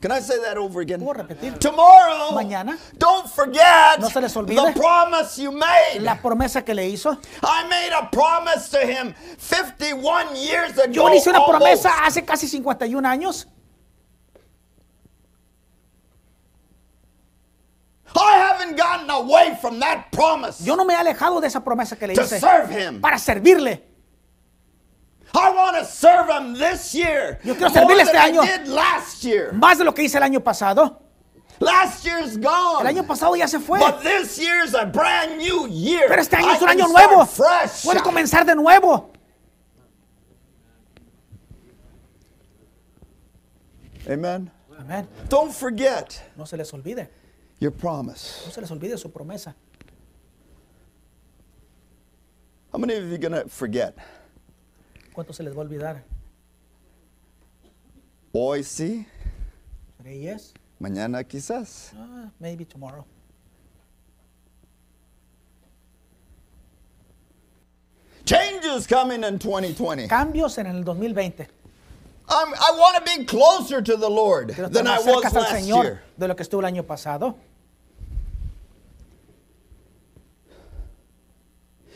A: Can I say that over again?
B: Puedo repetir.
A: Tomorrow,
B: Mañana.
A: don't forget
B: No se les olvide.
A: the promise you made.
B: La promesa que le hizo.
A: I made a promise to him 51 years ago. Oh,
B: Yo le hice una
A: almost.
B: promesa hace casi 51 años.
A: I haven't gotten away from that promise
B: Yo no me he alejado de esa promesa que le
A: to
B: hice
A: serve him.
B: para servirle.
A: I want to serve him this year.
B: Yo quiero servirle
A: more
B: este
A: than
B: año.
A: I did last year.
B: Más de lo que hice el año pasado.
A: Last year's gone.
B: El año pasado ya se fue.
A: But this year's a brand new year.
B: Pero este año
A: I
B: es un
A: can
B: año
A: start
B: nuevo.
A: Fresh.
B: Puede comenzar de nuevo.
A: Amen.
B: Amén.
A: Don't forget
B: No se les olvide.
A: your promise.
B: No se les olvide su promesa.
A: How many of you gonna forget?
B: ¿Cuánto se les va a olvidar?
A: Hoy sí,
B: Today, yes.
A: mañana quizás.
B: Ah, maybe tomorrow.
A: Changes coming in 2020.
B: Cambios en el 2020.
A: I'm, I want to be closer to the Lord
B: Quiero estar
A: than I
B: más
A: was
B: cerca al
A: last
B: Señor
A: year.
B: de lo que estuvo el año pasado.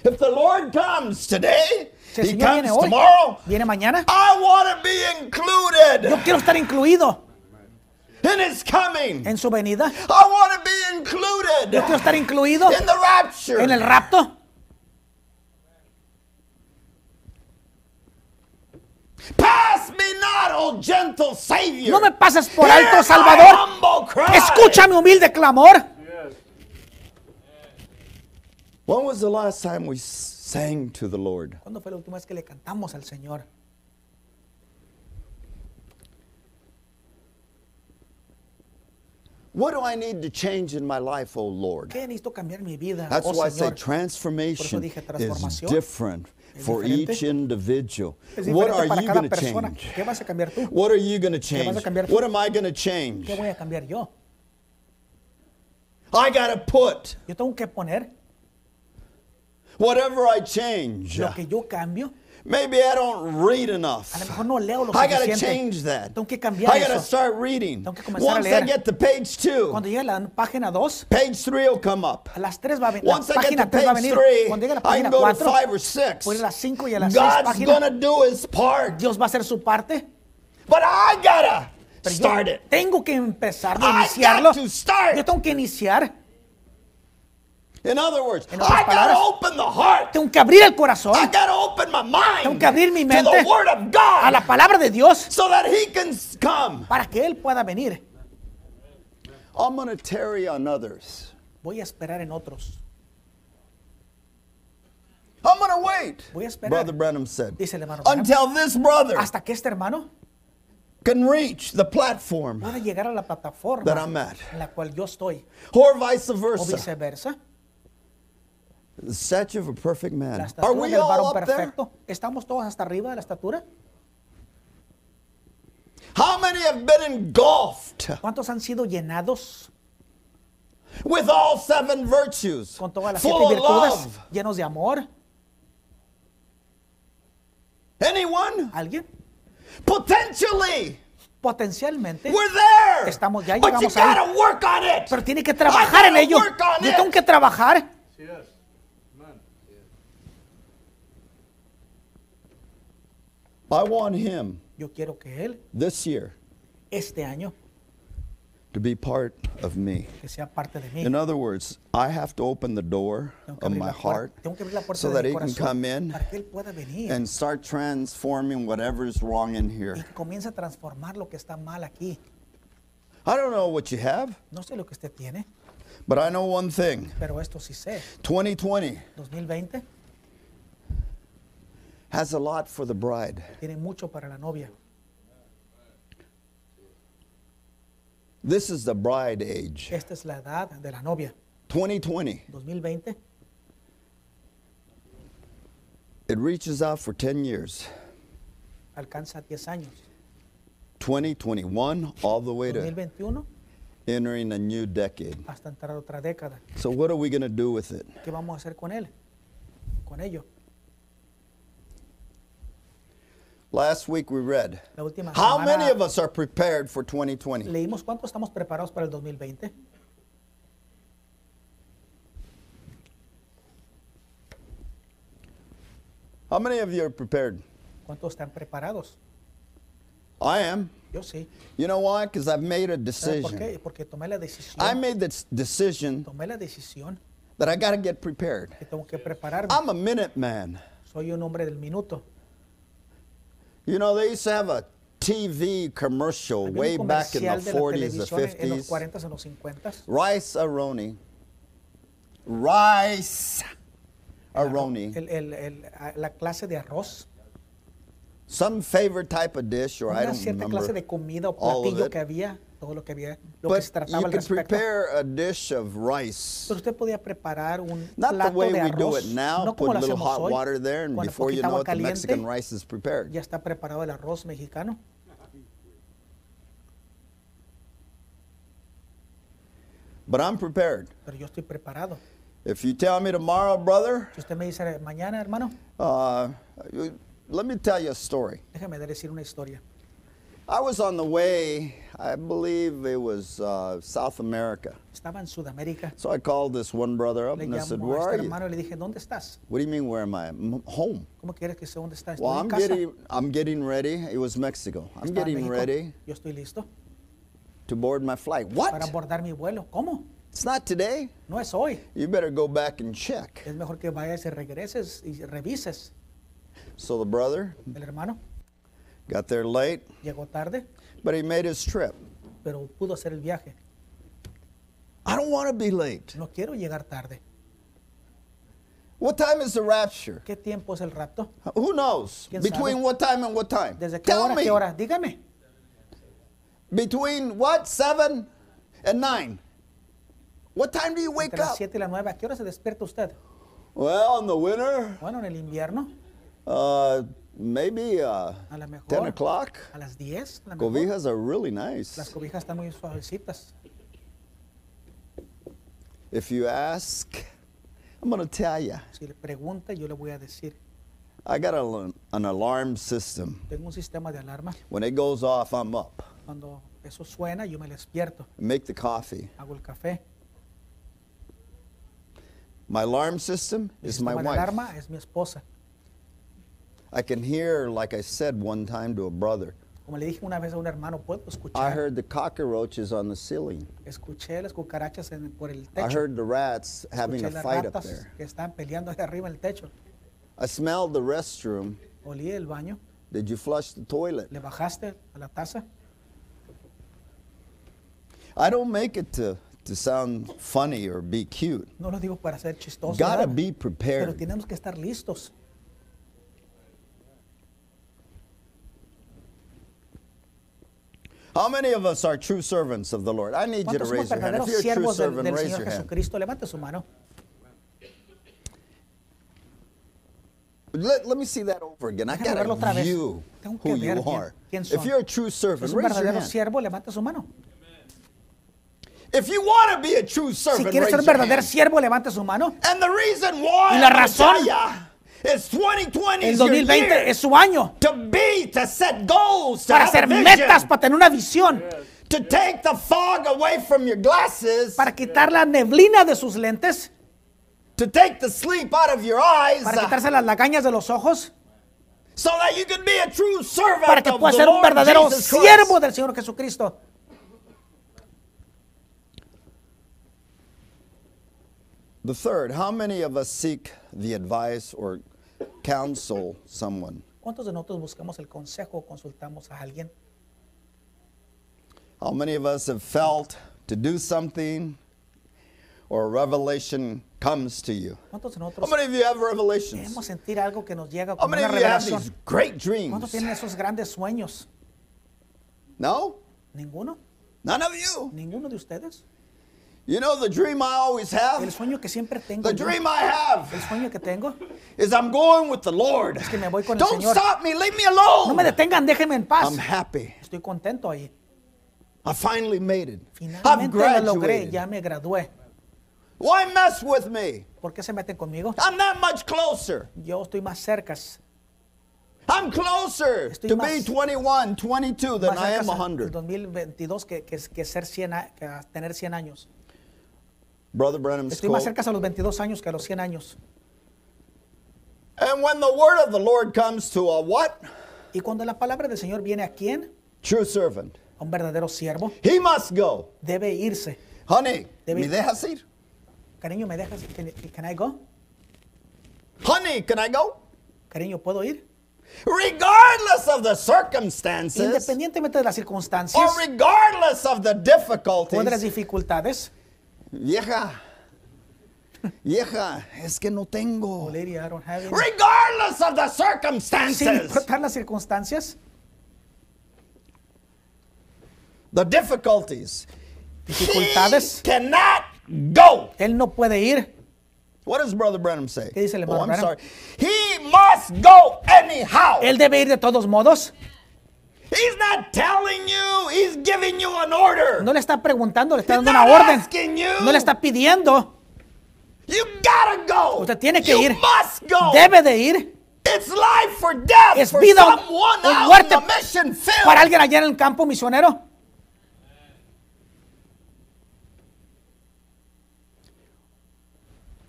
A: If the Lord comes today,
B: Si el
A: He
B: Señor
A: comes
B: viene hoy,
A: tomorrow,
B: viene mañana,
A: I want to be included
B: yo quiero estar incluido
A: in His coming.
B: en su venida.
A: I want to be
B: Yo quiero
A: included
B: estar incluido
A: in the rapture.
B: en el rapto.
A: Pass me not, oh gentle Savior.
B: No me pases por
A: Hear
B: alto,
A: my
B: Salvador.
A: humble cry.
B: Escucha mi humilde clamor.
A: When was the last time we sang to the Lord?
B: ¿Cuándo fue la última vez que le cantamos al Señor?
A: What do I need to change in my life, oh Lord?
B: ¿Qué necesito cambiar en mi vida?
A: That's
B: oh
A: why I say
B: Señor,
A: transformation
B: dije
A: is
B: transformación.
A: different
B: Es
A: for
B: diferente.
A: each individual.
B: es
A: What
B: diferente
A: are
B: para
A: you
B: cada
A: going to
B: persona.
A: change?
B: ¿Qué vas a cambiar tú?
A: What are you going to change?
B: cambiar tú?
A: What am I going to change?
B: ¿Qué voy a cambiar yo?
A: I got to put
B: Yo tengo que poner
A: whatever I change.
B: lo que yo cambio.
A: Maybe I don't read enough.
B: A lo mejor no leo lo
A: I got to
B: suficiente.
A: change that.
B: Tengo que cambiar
A: I got to
B: eso.
A: start reading.
B: Tengo que comenzar a
A: Once I
B: leer.
A: get to page two,
B: Cuando llegue a la página 2,
A: page three will come up.
B: a las 3 va a venir. La
A: Once I get to
B: página 3 va a
A: page
B: venir.
A: three,
B: Cuando llegue a la
A: I can
B: página
A: go to
B: 4,
A: five or six.
B: voy a ir a las 5 y a las 6
A: God's
B: páginas.
A: going to do his part,
B: Dios va a hacer su parte.
A: but I got to
B: Pero yo
A: start it.
B: tengo que empezar
A: I
B: a
A: got
B: iniciarlo.
A: to start.
B: Yo tengo que iniciar.
A: In other words,
B: En otras
A: I got to
B: palabras,
A: open the heart.
B: Tengo que abrir el corazón
A: I got to open my mind
B: Tengo que abrir mi
A: to the
B: mente
A: Word of
B: a
A: God
B: la palabra de Dios
A: so that He can s- come.
B: para que Él pueda venir.
A: I'm going to tarry on others.
B: Voy a esperar en otros.
A: I'm going to wait,
B: Voy a esperar.
A: Brother Branham said,
B: Dice el hermano Branham.
A: until this brother
B: Hasta que este hermano
A: can reach the platform
B: pueda llegar a la plataforma
A: that I'm at,
B: en la cual yo estoy.
A: or vice
B: O
A: versa.
B: viceversa.
A: The statue of a perfect
B: La
A: man. Are
B: estatura
A: we
B: del
A: all
B: varón
A: up there?
B: perfecto. ¿Estamos todos hasta arriba de la estatura?
A: How many have been engulfed
B: ¿Cuántos han sido llenados
A: with all seven virtues,
B: con todas las
A: full
B: siete
A: of
B: virtudes?
A: love?
B: ¿Llenos de amor?
A: Anyone?
B: ¿Alguien?
A: Potentially.
B: Potencialmente.
A: We're there.
B: Estamos ya,
A: But you
B: llegamos ahí.
A: gotta work on it.
B: Pero tiene que trabajar en
A: I gotta
B: ello.
A: work on
B: Yo
A: it.
B: tengo que trabajar.
A: I want him
B: Yo quiero que Él,
A: this year
B: este año,
A: to be part of me.
B: que sea parte de mí.
A: In other words, I have to open the door
B: Tengo que
A: of
B: abrir
A: my
B: la puer-
A: heart
B: tengo que abrir la puerta
A: so
B: de
A: that
B: mi
A: he can
B: corazón
A: come in
B: para que Él pueda venir
A: and start transforming whatever's wrong in
B: y
A: here.
B: que comience a transformar lo que está mal aquí.
A: I don't know what you have,
B: No sé lo que usted tiene,
A: but I know one thing.
B: pero esto sí sé.
A: 2020
B: 2020
A: has a lot for the bride.
B: tiene mucho para la novia.
A: This is the bride age.
B: Esta es la edad de la novia.
A: 2020,
B: 2020
A: it reaches out for 10 years.
B: alcanza 10 años.
A: 2021, all the way to
B: 2021
A: entering a new decade.
B: hasta entrar a otra década.
A: So, what are we going to do with it?
B: ¿Qué vamos a hacer con él? Con ello.
A: Last week we read
B: La última
A: how
B: semana
A: many of us are prepared for 2020?
B: leímos cuánto estamos preparados para el 2020.
A: How many of you are prepared?
B: ¿Cuántos están preparados?
A: I am.
B: Yo sí.
A: You know why? Because I've made a
B: ¿Sabe por
A: decision.
B: qué? Porque tomé la decisión.
A: I made this decision
B: Tomé la decisión
A: that I got to get prepared.
B: que tengo que prepararme.
A: I'm a minute man.
B: Soy un hombre del minuto.
A: You know, they used to have a TV commercial
B: Había un
A: way back in the
B: comercial de la
A: 40s, the
B: televisión en- en los
A: 50s.
B: 40s, en los 50s.
A: Rice Aroni. Rice Aroni.
B: El- el- el- a- la clase de arroz.
A: Some favorite type of dish, or I
B: Una
A: don't
B: cierta clase
A: remember.
B: de comida o
A: all of
B: platillo
A: it.
B: que había, todo lo que había, lo que
A: But
B: se trataba
A: you
B: al
A: could
B: respecto.
A: prepare a dish of rice.
B: Pero usted podía preparar un
A: Not the
B: plato
A: way
B: de
A: we do
B: arroz,
A: it now.
B: no
A: put
B: como
A: a
B: lo
A: little
B: hacemos
A: hot
B: hoy,
A: water there, and
B: con
A: before you
B: poquita
A: know
B: agua
A: it, the Mexican
B: caliente,
A: rice is prepared.
B: ya está preparado el arroz mexicano.
A: But I'm prepared.
B: Pero yo estoy preparado.
A: If you tell me tomorrow, brother,
B: Si usted me dice mañana, hermano,
A: uh, you- let me tell you a story.
B: déjeme decir una historia.
A: I was on the way, I believe it was uh, South America.
B: Estaba en Sudamérica.
A: So I called this one brother up
B: Le
A: and I said,
B: llamo
A: Where
B: a
A: are
B: este
A: you?
B: hermano y le dije, ¿dónde estás?
A: What do you mean, where am I? M- home.
B: ¿Cómo quieres que sea dónde estás? Estoy
A: Well,
B: en
A: I'm
B: casa.
A: getting, I'm getting ready. It was Mexico. I'm
B: Estaba en
A: getting
B: México.
A: ready
B: Yo estoy listo
A: to board my flight.
B: para
A: What?
B: abordar mi vuelo. ¿Cómo?
A: It's not today.
B: No es hoy.
A: You better go back and check.
B: Es mejor que vayas y regreses y revises.
A: So the brother
B: El hermano
A: got there late,
B: llegó tarde,
A: but he made his trip.
B: pero pudo hacer el viaje.
A: I don't want to be late.
B: No quiero llegar tarde.
A: What time is the rapture?
B: ¿Qué tiempo es el rapto?
A: Who knows?
B: ¿Quién
A: Between
B: sabe?
A: what time and what time?
B: ¿Desde qué
A: Tell
B: hora?
A: me.
B: ¿Qué hora? Dígame.
A: Between what? Seven and nine. What time do you wake
B: Entre las
A: up?
B: 7 y las 9. ¿A qué hora se despierta usted?
A: Well, in the winter,
B: Bueno, en el invierno,
A: uh, maybe uh,
B: a lo
A: 10
B: mejor.
A: o'clock.
B: A las 10. a lo mejor.
A: Cobijas are really
B: Las
A: nice.
B: cobijas están muy suavecitas.
A: If you ask, I'm going to tell you.
B: Si le pregunta, yo le voy a decir.
A: I got a, an alarm system.
B: Tengo un sistema de alarma.
A: When it goes off, I'm up.
B: Cuando eso suena, yo me despierto.
A: Make the coffee.
B: Hago el café.
A: My alarm system
B: El
A: is my
B: sistema de
A: wife.
B: alarma es mi esposa.
A: I can hear, like I said one time to a brother,
B: Como le dije una vez a un hermano, puedo
A: I
B: escuchar.
A: heard the cockroaches on the ceiling.
B: Escuché las cucarachas en- por el
A: I
B: techo.
A: heard the rats having
B: Escuché
A: a
B: las
A: fight up
B: ratas
A: there.
B: que estaban peleando allá arriba en el techo.
A: I smelled the restroom.
B: Olí el baño.
A: Did you flush the toilet?
B: Le bajaste a la taza.
A: I don't make it to, to sound funny or be cute.
B: No lo digo para ser chistoso.
A: Gotta
B: ¿verdad?
A: be
B: Pero
A: prepared.
B: tenemos que estar listos.
A: How many of us are true servants of the Lord? I need you to
B: ¿Cuántos somos
A: raise your hand. If you're a
B: verdaderos
A: true
B: siervos del,
A: servant,
B: del
A: raise
B: Señor
A: your hand.
B: Jesucristo? Levante su mano.
A: Let, let me see that over again. I
B: Déjame
A: gotta
B: verlo otra vez.
A: view
B: Tengo que
A: who
B: ver
A: you
B: quién-
A: are.
B: quién son.
A: If you're a true
B: Es
A: servant,
B: un
A: raise your
B: verdadero
A: hand.
B: siervo, levante su mano.
A: If you want to be a true
B: Si
A: servant,
B: quieres
A: raise
B: ser
A: your
B: un verdadero
A: hand.
B: siervo, levante su mano.
A: And the reason why
B: Y la
A: I'm gonna
B: razón-
A: tell ya is 2020
B: El
A: is your
B: 2020
A: year
B: es su año
A: to be, to set goals, to
B: para
A: have a
B: hacer
A: vision,
B: metas, para tener una visión,
A: to take the fog away from your glasses,
B: para quitar la neblina de sus lentes,
A: to take the sleep out of your eyes,
B: para
A: uh,
B: quitarse las lagañas de los ojos,
A: so that you can be a true servant
B: para que
A: of
B: pueda
A: the
B: ser un
A: Lord
B: verdadero
A: Jesus Christ.
B: siervo del Señor Jesucristo.
A: The third, how many of us seek the advice or counsel someone?
B: ¿Cuántos de nosotros buscamos el consejo o consultamos a alguien?
A: How many of us have felt to do something or a revelation comes to you?
B: ¿Cuántos de nosotros
A: How many of you have revelations?
B: queremos sentir algo que nos llega
A: How
B: como
A: many
B: una
A: of you have these
B: revelación?
A: great dreams?
B: ¿Cuántos tienen esos grandes sueños?
A: No?
B: ¿Ninguno?
A: None of you.
B: ¿Ninguno de ustedes?
A: You know the dream I always
B: El
A: have?
B: sueño que siempre tengo,
A: The
B: yo,
A: dream I
B: el
A: have
B: sueño que tengo,
A: is I'm going with the Lord.
B: que me voy con el
A: Don't
B: Señor.
A: stop me. Leave me
B: no me
A: alone.
B: detengan, déjenme en paz.
A: I'm happy.
B: Estoy contento ahí.
A: I finally made it. I've
B: Finalmente lo logré,
A: graduated.
B: ya me gradué.
A: Why mess with me?
B: ¿Por qué se meten conmigo?
A: I'm that much closer.
B: Yo estoy más cerca,
A: I'm closer
B: Estoy
A: to be
B: más-
A: 21, 22 than
B: más
A: I am
B: cerca
A: 100.
B: del 2022 que, que, que ser 100, a- que a tener 100 años.
A: Brother Branham's
B: Estoy más
A: quote.
B: cerca a los 22 años que a los 100 años.
A: And when the word of the Lord comes to a what?
B: Y cuando la palabra del Señor viene a quién?
A: True servant.
B: A un verdadero siervo.
A: He must go.
B: Debe irse.
A: Honey,
B: Debe-
A: me dejas ir?
B: Cariño, ¿me dejas? Can, can I go?
A: Honey, can I go?
B: Cariño, ¿puedo ir?
A: Regardless of the circumstances
B: Independientemente de las
A: or
B: circunstancias
A: regardless of the
B: o de las
A: difficulties.
B: dificultades,
A: Vieja, vieja, es que no tengo.
B: o le diría, I don't have any-
A: Regardless of the
B: sin
A: circumstances,
B: importar las circunstancias,
A: the difficulties, he
B: Dificultades.
A: cannot go.
B: Él no puede ir.
A: What does Brother Branham say?
B: ¿Qué dice el
A: oh,
B: hermano
A: I'm
B: Branham?
A: sorry. He must go anyhow.
B: Él debe ir de todos modos.
A: He's not telling you. He's giving you an order.
B: No le está preguntando, le está
A: He's
B: dando
A: not
B: una orden.
A: asking you.
B: No le está pidiendo.
A: You gotta go.
B: Usted tiene que
A: you
B: ir.
A: must go.
B: Debe de ir
A: It's life or death
B: Es
A: for
B: vida o-
A: someone
B: o
A: out
B: muerte
A: in the mission field.
B: para alguien allá en el campo misionero.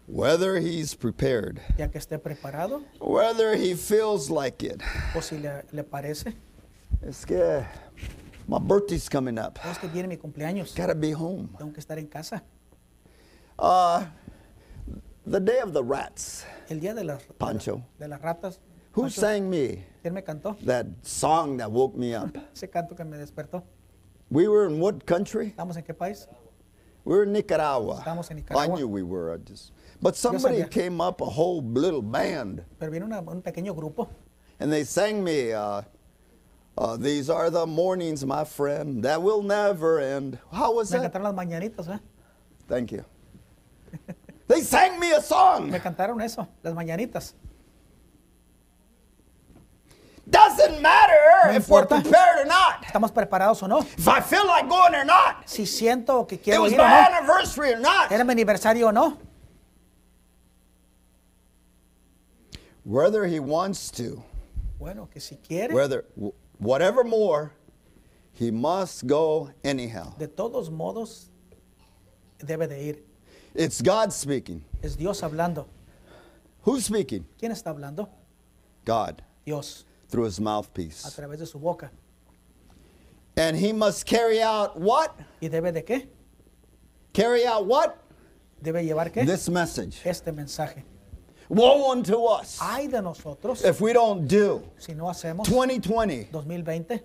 A: Whether he's prepared,
B: Ya que esté preparado
A: whether he feels like it.
B: o si le, le parece.
A: It's que my birthday's coming up.
B: No es que viene mi cumpleaños.
A: Gotta be home.
B: Tengo que estar en casa.
A: Uh, the day of the rats.
B: El día de las, de la-
A: Pancho.
B: de las ratas.
A: Who
B: Pancho,
A: sang me
B: ¿Quién me cantó?
A: that song that woke me up?
B: Ese canto que me despertó.
A: We were in what country?
B: ¿Estamos en qué país?
A: We were in Nicaragua.
B: Estamos en Nicaragua.
A: I knew we were. I just, but somebody
B: sabía.
A: came up, a whole little band,
B: Pero viene una- un pequeño grupo.
A: and they sang me, uh, uh, These are the mornings, my friend, that will never end. How was
B: Me
A: that?
B: cantaron las mañanitas, ¿eh?
A: Thank you. they sang me a song.
B: Me cantaron eso, las mañanitas.
A: Doesn't matter
B: No
A: if we're
B: importa.
A: prepared or not,
B: ¿Estamos preparados o no?
A: if I feel like going or not,
B: Si siento que
A: it
B: quiero
A: was
B: ir
A: my
B: o no.
A: anniversary or not.
B: ¿Era mi aniversario o no?
A: Whether he wants to,
B: Bueno, que si quiere,
A: whether wh- whatever more, he must go anyhow.
B: de todos modos, debe de ir.
A: It's God speaking.
B: Es Dios hablando.
A: Who's speaking?
B: ¿Quién está hablando?
A: God
B: Dios,
A: through his
B: a
A: mouthpiece.
B: través de su boca.
A: And he must carry out what?
B: ¿Y debe de qué?
A: Carry out what?
B: Debe llevar qué?
A: This message.
B: Este mensaje.
A: Woe unto us
B: Ay de nosotros
A: if we don't do
B: si no hacemos
A: 2020
B: 2020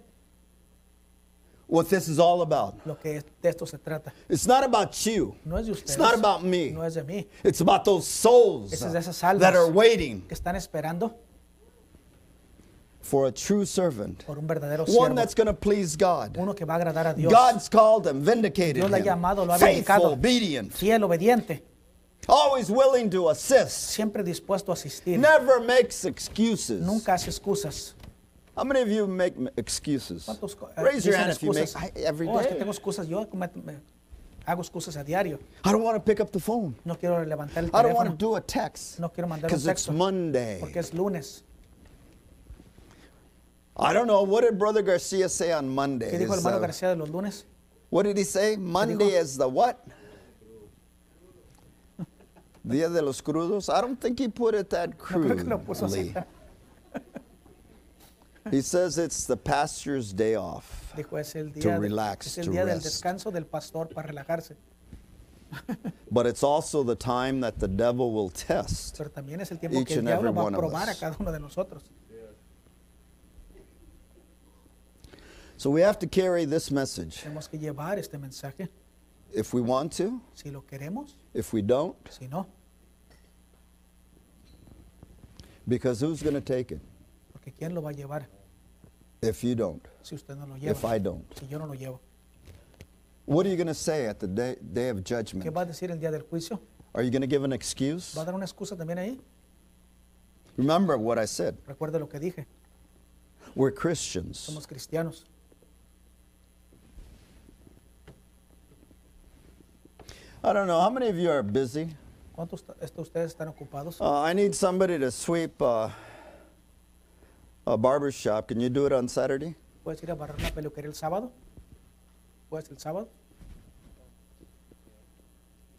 A: what this is all about.
B: lo que es- de esto se trata.
A: It's not about you.
B: No es de ustedes.
A: It's not about me.
B: No es de mí.
A: It's about those souls
B: Es de esas almas.
A: that are waiting
B: Que están esperando
A: for a true servant,
B: por un verdadero
A: one
B: siervo.
A: that's going to please God.
B: Uno que va a agradar a Dios.
A: God's called him, vindicated
B: Dios lo ha
A: him.
B: llamado, lo ha
A: faithful,
B: vindicado.
A: obedient,
B: Fiel, obediente.
A: always willing to assist,
B: Siempre dispuesto a asistir.
A: never makes excuses.
B: Nunca hace excusas.
A: How many of you make m- excuses?
B: ¿Cuántos co- eh,
A: Raise your
B: dicen
A: hand if you make
B: excusas?
A: I, every
B: Oh, es que
A: day.
B: tengo excusas. Yo me- me- hago excusas a diario.
A: I don't want to pick up the phone.
B: No quiero levantar el
A: I don't want to
B: teléfono
A: do a text
B: No quiero mandar un
A: because it's
B: texto.
A: Monday.
B: porque es lunes.
A: I don't know. What did Brother Garcia say on Monday?
B: ¿Qué dijo el
A: Is,
B: hermano
A: uh,
B: García de los lunes?
A: What did he say? Monday is the what? Dia de los crudos? I don't think he put it that
B: No creo que lo puso
A: crudely.
B: así.
A: He says it's the pastor's day off.
B: Dijo, es el
A: To
B: día, de-
A: relax,
B: es el
A: to
B: día del
A: rest.
B: descanso del pastor para relajarse,
A: But it's also the time that the devil will test.
B: pero también es el tiempo
A: Each
B: que el
A: and
B: diablo
A: every
B: va a
A: one of
B: probar a
A: us.
B: cada uno de nosotros.
A: So we have to carry this message
B: Tenemos que llevar este mensaje,
A: if we want to,
B: si lo queremos,
A: if we don't,
B: si no,
A: because who's going to take it
B: porque ¿quién lo va a llevar
A: if you don't,
B: si usted no lo
A: if I
B: lleva?
A: don't?
B: Si yo no lo llevo.
A: What are you going to say at the day, day of
B: ¿Qué
A: judgment?
B: va a decir el día del juicio?
A: Are you going to give an excuse?
B: ¿Va a dar una excusa también ahí?
A: Remember what I said.
B: Recuerde lo que dije,
A: We're Christians.
B: somos cristianos.
A: I don't know. How many of you are busy?
B: ¿Cuántos ta- esto ustedes están ocupados?
A: Uh, I need somebody to sweep uh, a barber shop. Can you do it on Saturday?
B: ¿Puedes ir a barrer la peluquería el sábado? ¿Puedes el sábado?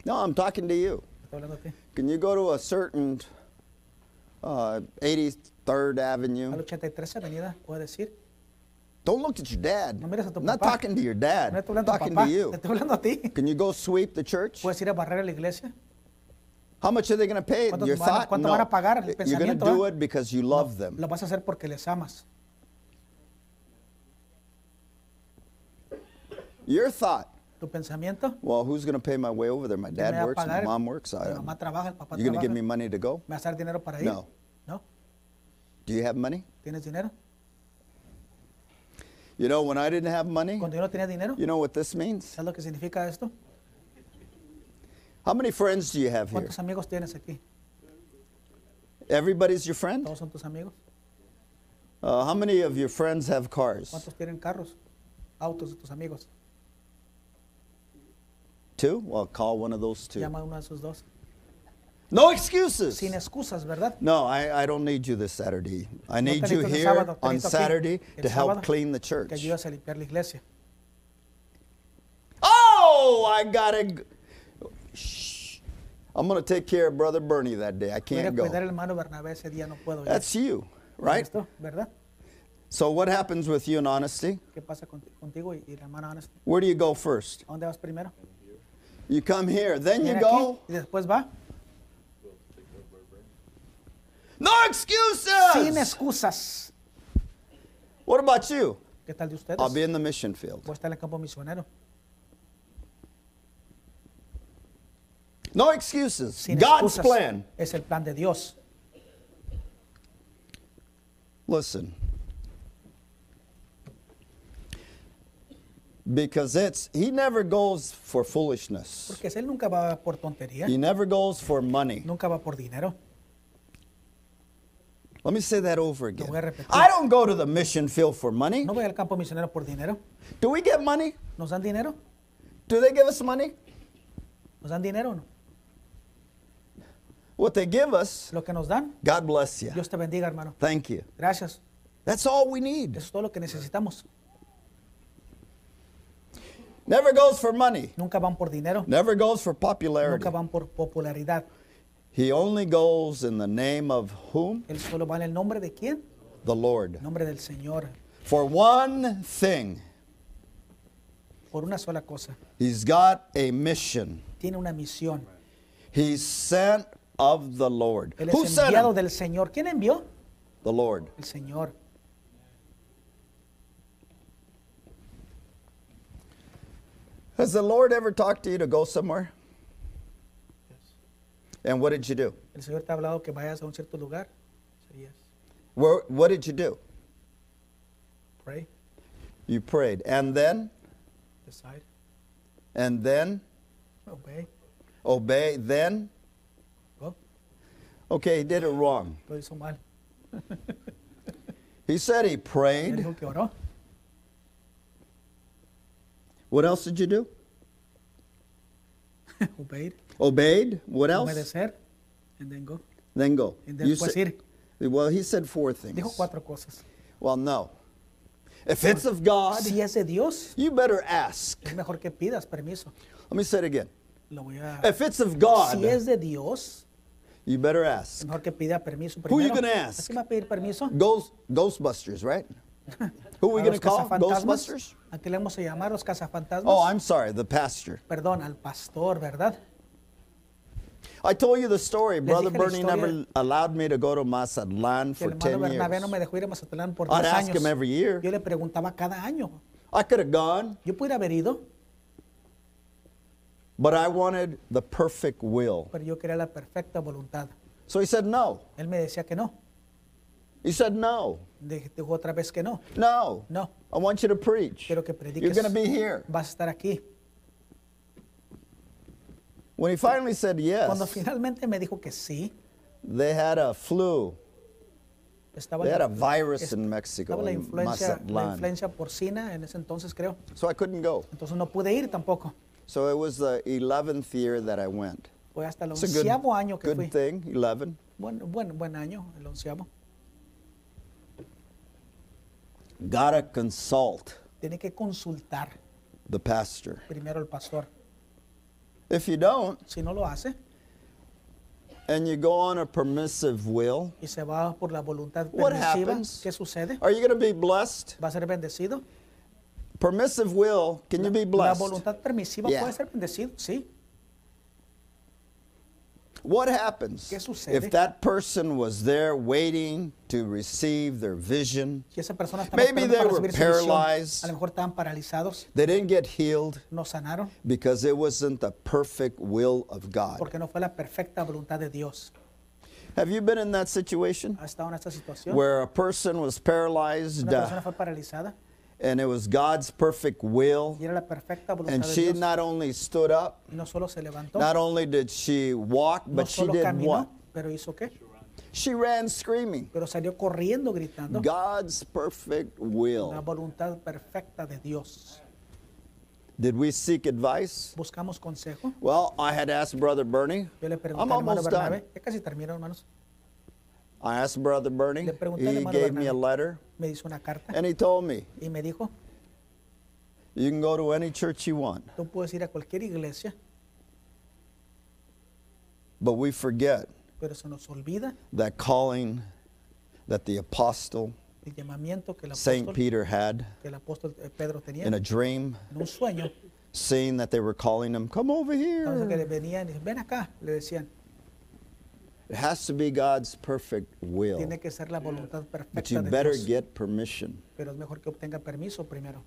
A: No, I'm talking to you.
B: Estoy hablando a ti.
A: Can you go to a certain uh, 83rd
B: Al
A: Avenue?
B: 83 Avenida, puede decir.
A: Don't look at your dad.
B: No mires a tu
A: I'm not
B: papá.
A: talking to your dad.
B: No
A: I'm
B: estoy hablando a tu
A: talking
B: papá,
A: to
B: te
A: you.
B: estoy hablando a ti.
A: Can you go sweep the church?
B: ¿Puedes ir a barrer a la iglesia?
A: How much are they going to pay?
B: ¿Cuánto
A: Your
B: te van a-
A: thought?
B: cuánto
A: No.
B: van a pagar el
A: You're going to
B: pensamiento,
A: do
B: ah?
A: it because you love them.
B: Lo vas a hacer porque les amas.
A: Your thought.
B: ¿Tu pensamiento?
A: Well, who's going to pay my way over there? My
B: ¿Quién me
A: dad
B: va a
A: works, my
B: pagar?
A: mom works. I
B: Mi
A: don't.
B: mamá trabaja, el papá
A: You going to
B: trabaja.
A: give me money to go?
B: ¿Me vas a dar dinero para ir?
A: No.
B: ¿No?
A: Do you have money?
B: ¿Tienes dinero?
A: You know, when I didn't have money,
B: Cuando yo no tenía dinero,
A: you know what this means?
B: ¿sabes lo que significa esto?
A: How many friends do you have here?
B: ¿Cuántos amigos tienes aquí?
A: Everybody's your friend?
B: ¿Todos son tus amigos?
A: Uh, how many of your friends have cars?
B: ¿Cuántos tienen carros? Autos de tus amigos.
A: Two? Well, call one of those two.
B: Llama a uno de esos dos.
A: No excuses.
B: Sin excusas, ¿verdad?
A: No, I, I don't need you this Saturday. I
B: No
A: need
B: te
A: you
B: necesito el
A: here
B: sábado, te
A: on
B: necesito aquí,
A: Saturday
B: el
A: to help
B: sábado,
A: clean the
B: Que
A: church.
B: ayudas a limpiar la iglesia.
A: Oh, I gotta. g- Shh. I'm gonna take care of Brother Bernie that day. I
B: Voy a ir a
A: can't
B: cuidar al
A: go.
B: hermano Bernabé ese día, no puedo ir.
A: That's you, right?
B: ¿Listo? ¿Verdad?
A: So, what happens with you in honesty?
B: ¿Qué pasa conti- contigo y, y la hermana Ana?
A: Where do you go first?
B: ¿A dónde vas primero?
A: You come here, then you
B: Viene
A: go.
B: aquí y después va.
A: No excuses.
B: Sin excusas.
A: What about you?
B: ¿Qué tal de ustedes?
A: I'll be in the mission field.
B: Voy a estar en el campo misionero.
A: No excuses.
B: Sin
A: God's
B: excusas.
A: plan.
B: Es el plan de Dios.
A: Listen. Because it's he never goes for foolishness.
B: Porque Él nunca va por tontería.
A: He never goes for money.
B: Nunca va por dinero.
A: Let me say that over
B: Lo voy a
A: again.
B: repetir.
A: I don't go to the mission field for money.
B: No voy al campo misionero por dinero.
A: Do we get money?
B: ¿Nos dan dinero?
A: Do they give us money?
B: ¿Nos dan dinero o no?
A: What they give us,
B: Lo que nos dan,
A: God bless you.
B: Dios te bendiga, hermano.
A: Thank you.
B: Gracias.
A: That's all we need.
B: Eso es todo lo que necesitamos.
A: Never goes for money.
B: Nunca van por dinero.
A: Never goes for popularity.
B: Nunca van por popularidad.
A: He only goes in the name of whom?
B: Él solo va en el nombre de quién?
A: The Lord.
B: El nombre del Señor.
A: For one thing,
B: Por una sola cosa.
A: he's got a mission.
B: Tiene una misión.
A: He's sent of the Lord.
B: Él
A: Who
B: es
A: sent
B: enviado
A: him?
B: del Señor. ¿Quién envió?
A: The Lord.
B: El Señor.
A: Has the Lord ever talked to you to go somewhere? And what did you do?
B: El Señor te ha hablado que vayas a un cierto lugar. Serías.
A: Where, what did you do?
B: Pray.
A: You prayed. And then,
B: Decide.
A: and then,
B: Obey.
A: obey, then.
B: Go.
A: Okay, he did it wrong.
B: Lo hizo mal.
A: He said he
B: Él
A: prayed.
B: dijo que oró. <laughs>
A: What else did you do?
B: Obeyed.
A: Obeyed. What else?
B: Obedecer. And then go.
A: Then go.
B: Y
A: You
B: después
A: said-
B: ir.
A: well, he said four things.
B: Dijo cuatro cosas.
A: Well, no. If it's of God,
B: Si es de Dios,
A: you better ask.
B: es mejor que pidas permiso.
A: Let me say it again.
B: Lo voy a.
A: If it's of
B: Si
A: God,
B: es de Dios,
A: You better ask.
B: Mejor que pida permiso
A: Who you
B: primero.
A: gonna ask?
B: ¿A quién va a pedir permiso?
A: Ghost, Ghostbusters, right? Who are we going
B: ¿A
A: to
B: los
A: call?
B: cazafantasmas?
A: Ghostbusters?
B: ¿A qué le vamos a llamar los cazafantasmas?
A: Oh, I'm sorry, the pastor.
B: Perdón, al pastor, ¿verdad?
A: I told you the story.
B: Les
A: Brother
B: dije la
A: Bernie never
B: historia.
A: allowed me to go to Mazatlan
B: Que
A: for
B: el hermano
A: 10
B: Bernabé no
A: years.
B: me dejó ir a Mazatlán por
A: I'd
B: 10
A: ask
B: años.
A: him every year.
B: Yo le preguntaba cada año.
A: I could have gone,
B: Yo pudiera haber ido,
A: but I wanted the perfect will.
B: pero yo quería la perfecta voluntad.
A: So he said no.
B: Él me decía que no.
A: He said no.
B: De- Dijo otra vez que no.
A: No.
B: No.
A: I want you to preach.
B: Quiero que
A: You're
B: prediques.
A: going to be here.
B: Vas a estar aquí.
A: When he finally said
B: Cuando
A: yes,
B: finalmente me dijo que sí,
A: they had a flu.
B: estaba,
A: They had
B: la,
A: a virus
B: est-
A: in
B: estaba
A: Mexico,
B: la,
A: in
B: influencia, la
A: Mazatlan.
B: influencia porcina en ese entonces, creo.
A: So I couldn't go.
B: Entonces no pude ir tampoco.
A: So it was the 11th year that I went.
B: Fue hasta el
A: It's a good,
B: onceavo año que
A: good
B: fui.
A: thing, 11.
B: Buen, buen, buen año, el onceavo.
A: Gotta consult
B: Tiene que consultar
A: the pastor.
B: primero al pastor.
A: If you don't,
B: Si no lo hace
A: and you go on a permissive will,
B: y se va por la voluntad
A: What
B: permisiva,
A: happens?
B: ¿qué sucede?
A: are you going to be blessed?
B: ¿Va a ser bendecido?
A: Permissive will, can you be
B: La
A: blessed?
B: voluntad permisiva
A: Yeah.
B: puede ser bendecido, sí.
A: What happens
B: ¿Qué sucede?
A: if that person was there waiting to receive their vision?
B: Si esa persona estaba
A: Maybe
B: esperando
A: they
B: para
A: were
B: recibir su visión,
A: paralyzed.
B: a lo mejor estaban paralizados,
A: They didn't get healed
B: no sanaron,
A: because it wasn't the perfect will of God.
B: porque no fue la perfecta voluntad de Dios.
A: Have you been in that situation
B: Ha estado en esta situación,
A: where a person was paralyzed
B: Ah, una persona
A: uh,
B: fue paralizada
A: and it was God's perfect will?
B: y era la perfecta voluntad
A: And
B: de
A: she
B: Dios.
A: not only stood up,
B: y no solo se levantó,
A: not only did she walk,
B: no
A: but she
B: solo
A: did
B: caminó,
A: what?
B: pero hizo qué?
A: She ran screaming.
B: Pero salió corriendo gritando
A: God's perfect
B: la
A: will.
B: voluntad perfecta de Dios.
A: Did we seek advice?
B: Buscamos consejo.
A: Well, I had asked Brother Bernie.
B: Yo le pregunté
A: I'm
B: al hermano
A: almost done.
B: Bernabé, ya casi termino, hermanos.
A: I asked Brother Bernie.
B: Le pregunté al
A: He
B: hermano
A: gave me a
B: Bernabé.
A: letter
B: Me hizo una carta
A: and he told me,
B: y me dijo,
A: You can go to any church you want,
B: tú puedes ir a cualquier iglesia,
A: but we forget
B: pero se nos olvida
A: that calling that the apostle
B: el llamamiento que el
A: St.
B: apóstol,
A: Peter had
B: que el apóstol eh, Pedro tenía
A: in a dream,
B: en un sueño.
A: seeing that they were calling him, Come over
B: Entonces que le
A: here.
B: venían y decían, ven acá, le decían,
A: It has to be God's perfect will,
B: tiene que ser la voluntad
A: but you
B: perfecta de
A: better
B: Dios,
A: get permission.
B: pero es mejor que obtenga permiso primero.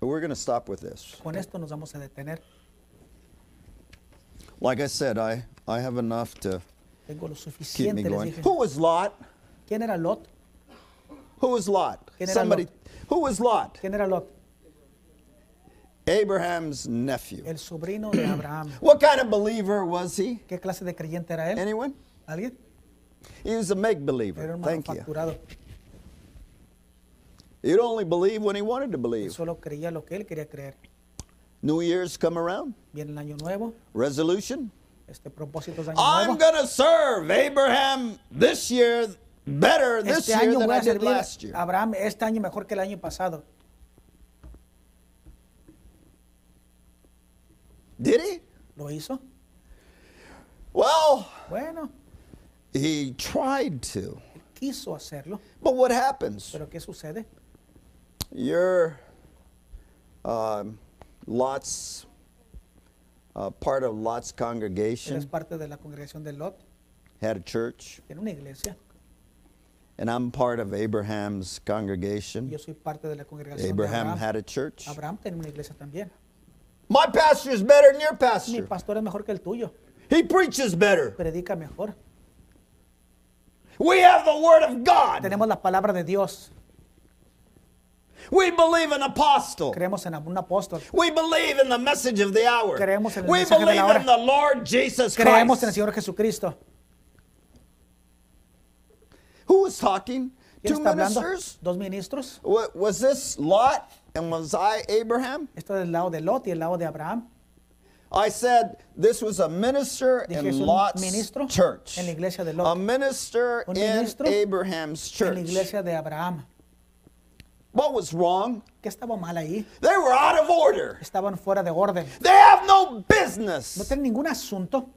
A: We're going to stop with this.
B: Con esto nos vamos a detener.
A: Like I said, I, I have enough to
B: Tengo lo
A: keep me
B: suficiente, les
A: going.
B: dije.
A: Who was Lot?
B: ¿Quién era Lot?
A: Who was Lot?
B: ¿Quién era
A: Somebody.
B: Lot?
A: Who was Lot?
B: ¿Quién era Lot?
A: Abraham's nephew.
B: El sobrino de Abraham.
A: What kind of believer was he?
B: ¿Qué clase de creyente era él?
A: Anyone?
B: ¿Alguien?
A: He was a make
B: Era
A: believer.
B: un
A: Thank you.
B: manufacturado.
A: He'd only believe when he wanted to
B: Él
A: believe.
B: solo creía lo que él quería creer.
A: New Year's come around.
B: Viene el año nuevo,
A: Resolution.
B: este propósito de año
A: I'm
B: nuevo.
A: gonna serve Abraham this year better this
B: Este
A: year
B: año
A: than
B: voy
A: I
B: a
A: did
B: servir
A: last year.
B: a Abraham, este año mejor que el año pasado.
A: Did he?
B: ¿Lo hizo?
A: Well,
B: Bueno,
A: he tried to.
B: él quiso hacerlo,
A: But what happens?
B: pero ¿qué sucede?
A: You're um, Lot's uh, part of Lot's
B: Él es
A: congregation,
B: parte de la congregación de Lot,
A: had a church,
B: tiene una iglesia.
A: and I'm part of Abraham's
B: y Yo
A: congregation.
B: soy parte de la congregación de
A: Abraham
B: Abraham.
A: had a church.
B: Abraham tenía una iglesia también.
A: My pastor's better than your
B: Mi
A: pastor.
B: pastor es mejor que el tuyo,
A: He preaches better.
B: predica mejor.
A: We have the word of God.
B: Tenemos la palabra de Dios,
A: We believe in apostle.
B: creemos en un apóstol,
A: We believe in the message of the hour.
B: Creemos en el
A: We
B: mensaje de la
A: believe
B: hora.
A: in the Lord Jesus
B: creemos en el
A: Christ.
B: Señor Jesucristo.
A: Who was talking?
B: ¿Quién
A: Two
B: está hablando?
A: ministers?
B: Dos ministros.
A: Wa- Was this Lot and was I Abraham?
B: Esto del lado de Lot y el lado de Abraham.
A: I said this was a minister
B: Dije,
A: in
B: es un
A: Lot's
B: ministro
A: church.
B: en la iglesia de Lot.
A: A minister
B: Un
A: in
B: ministro
A: Abraham's
B: En
A: church.
B: la iglesia de Abraham.
A: What was wrong?
B: ¿Qué estaba mal ahí?
A: They were out of order.
B: Estaban fuera de orden.
A: They have no
B: No
A: business
B: tienen ningún asunto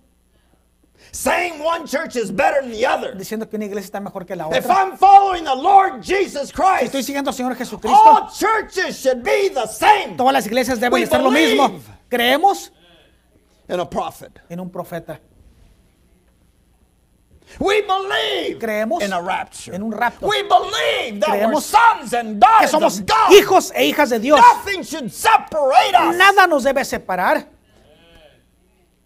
A: saying one church is better than the other.
B: diciendo que una iglesia está mejor que la
A: If
B: otra.
A: I'm following the Lord Jesus Christ,
B: Estoy siguiendo al Señor
A: all
B: Jesucristo.
A: churches should be the same
B: Todas las iglesias
A: Oh,
B: deben
A: We
B: estar lo
A: believe.
B: mismo. Creemos
A: in a prophet.
B: en un profeta.
A: We believe
B: Creemos
A: in a rapture.
B: en un rapto.
A: We believe that we're
B: Creemos
A: sons and
B: Que
A: daughters
B: somos
A: of God.
B: hijos e hijas de Dios.
A: Nothing should separate us.
B: Nada nos debe separar.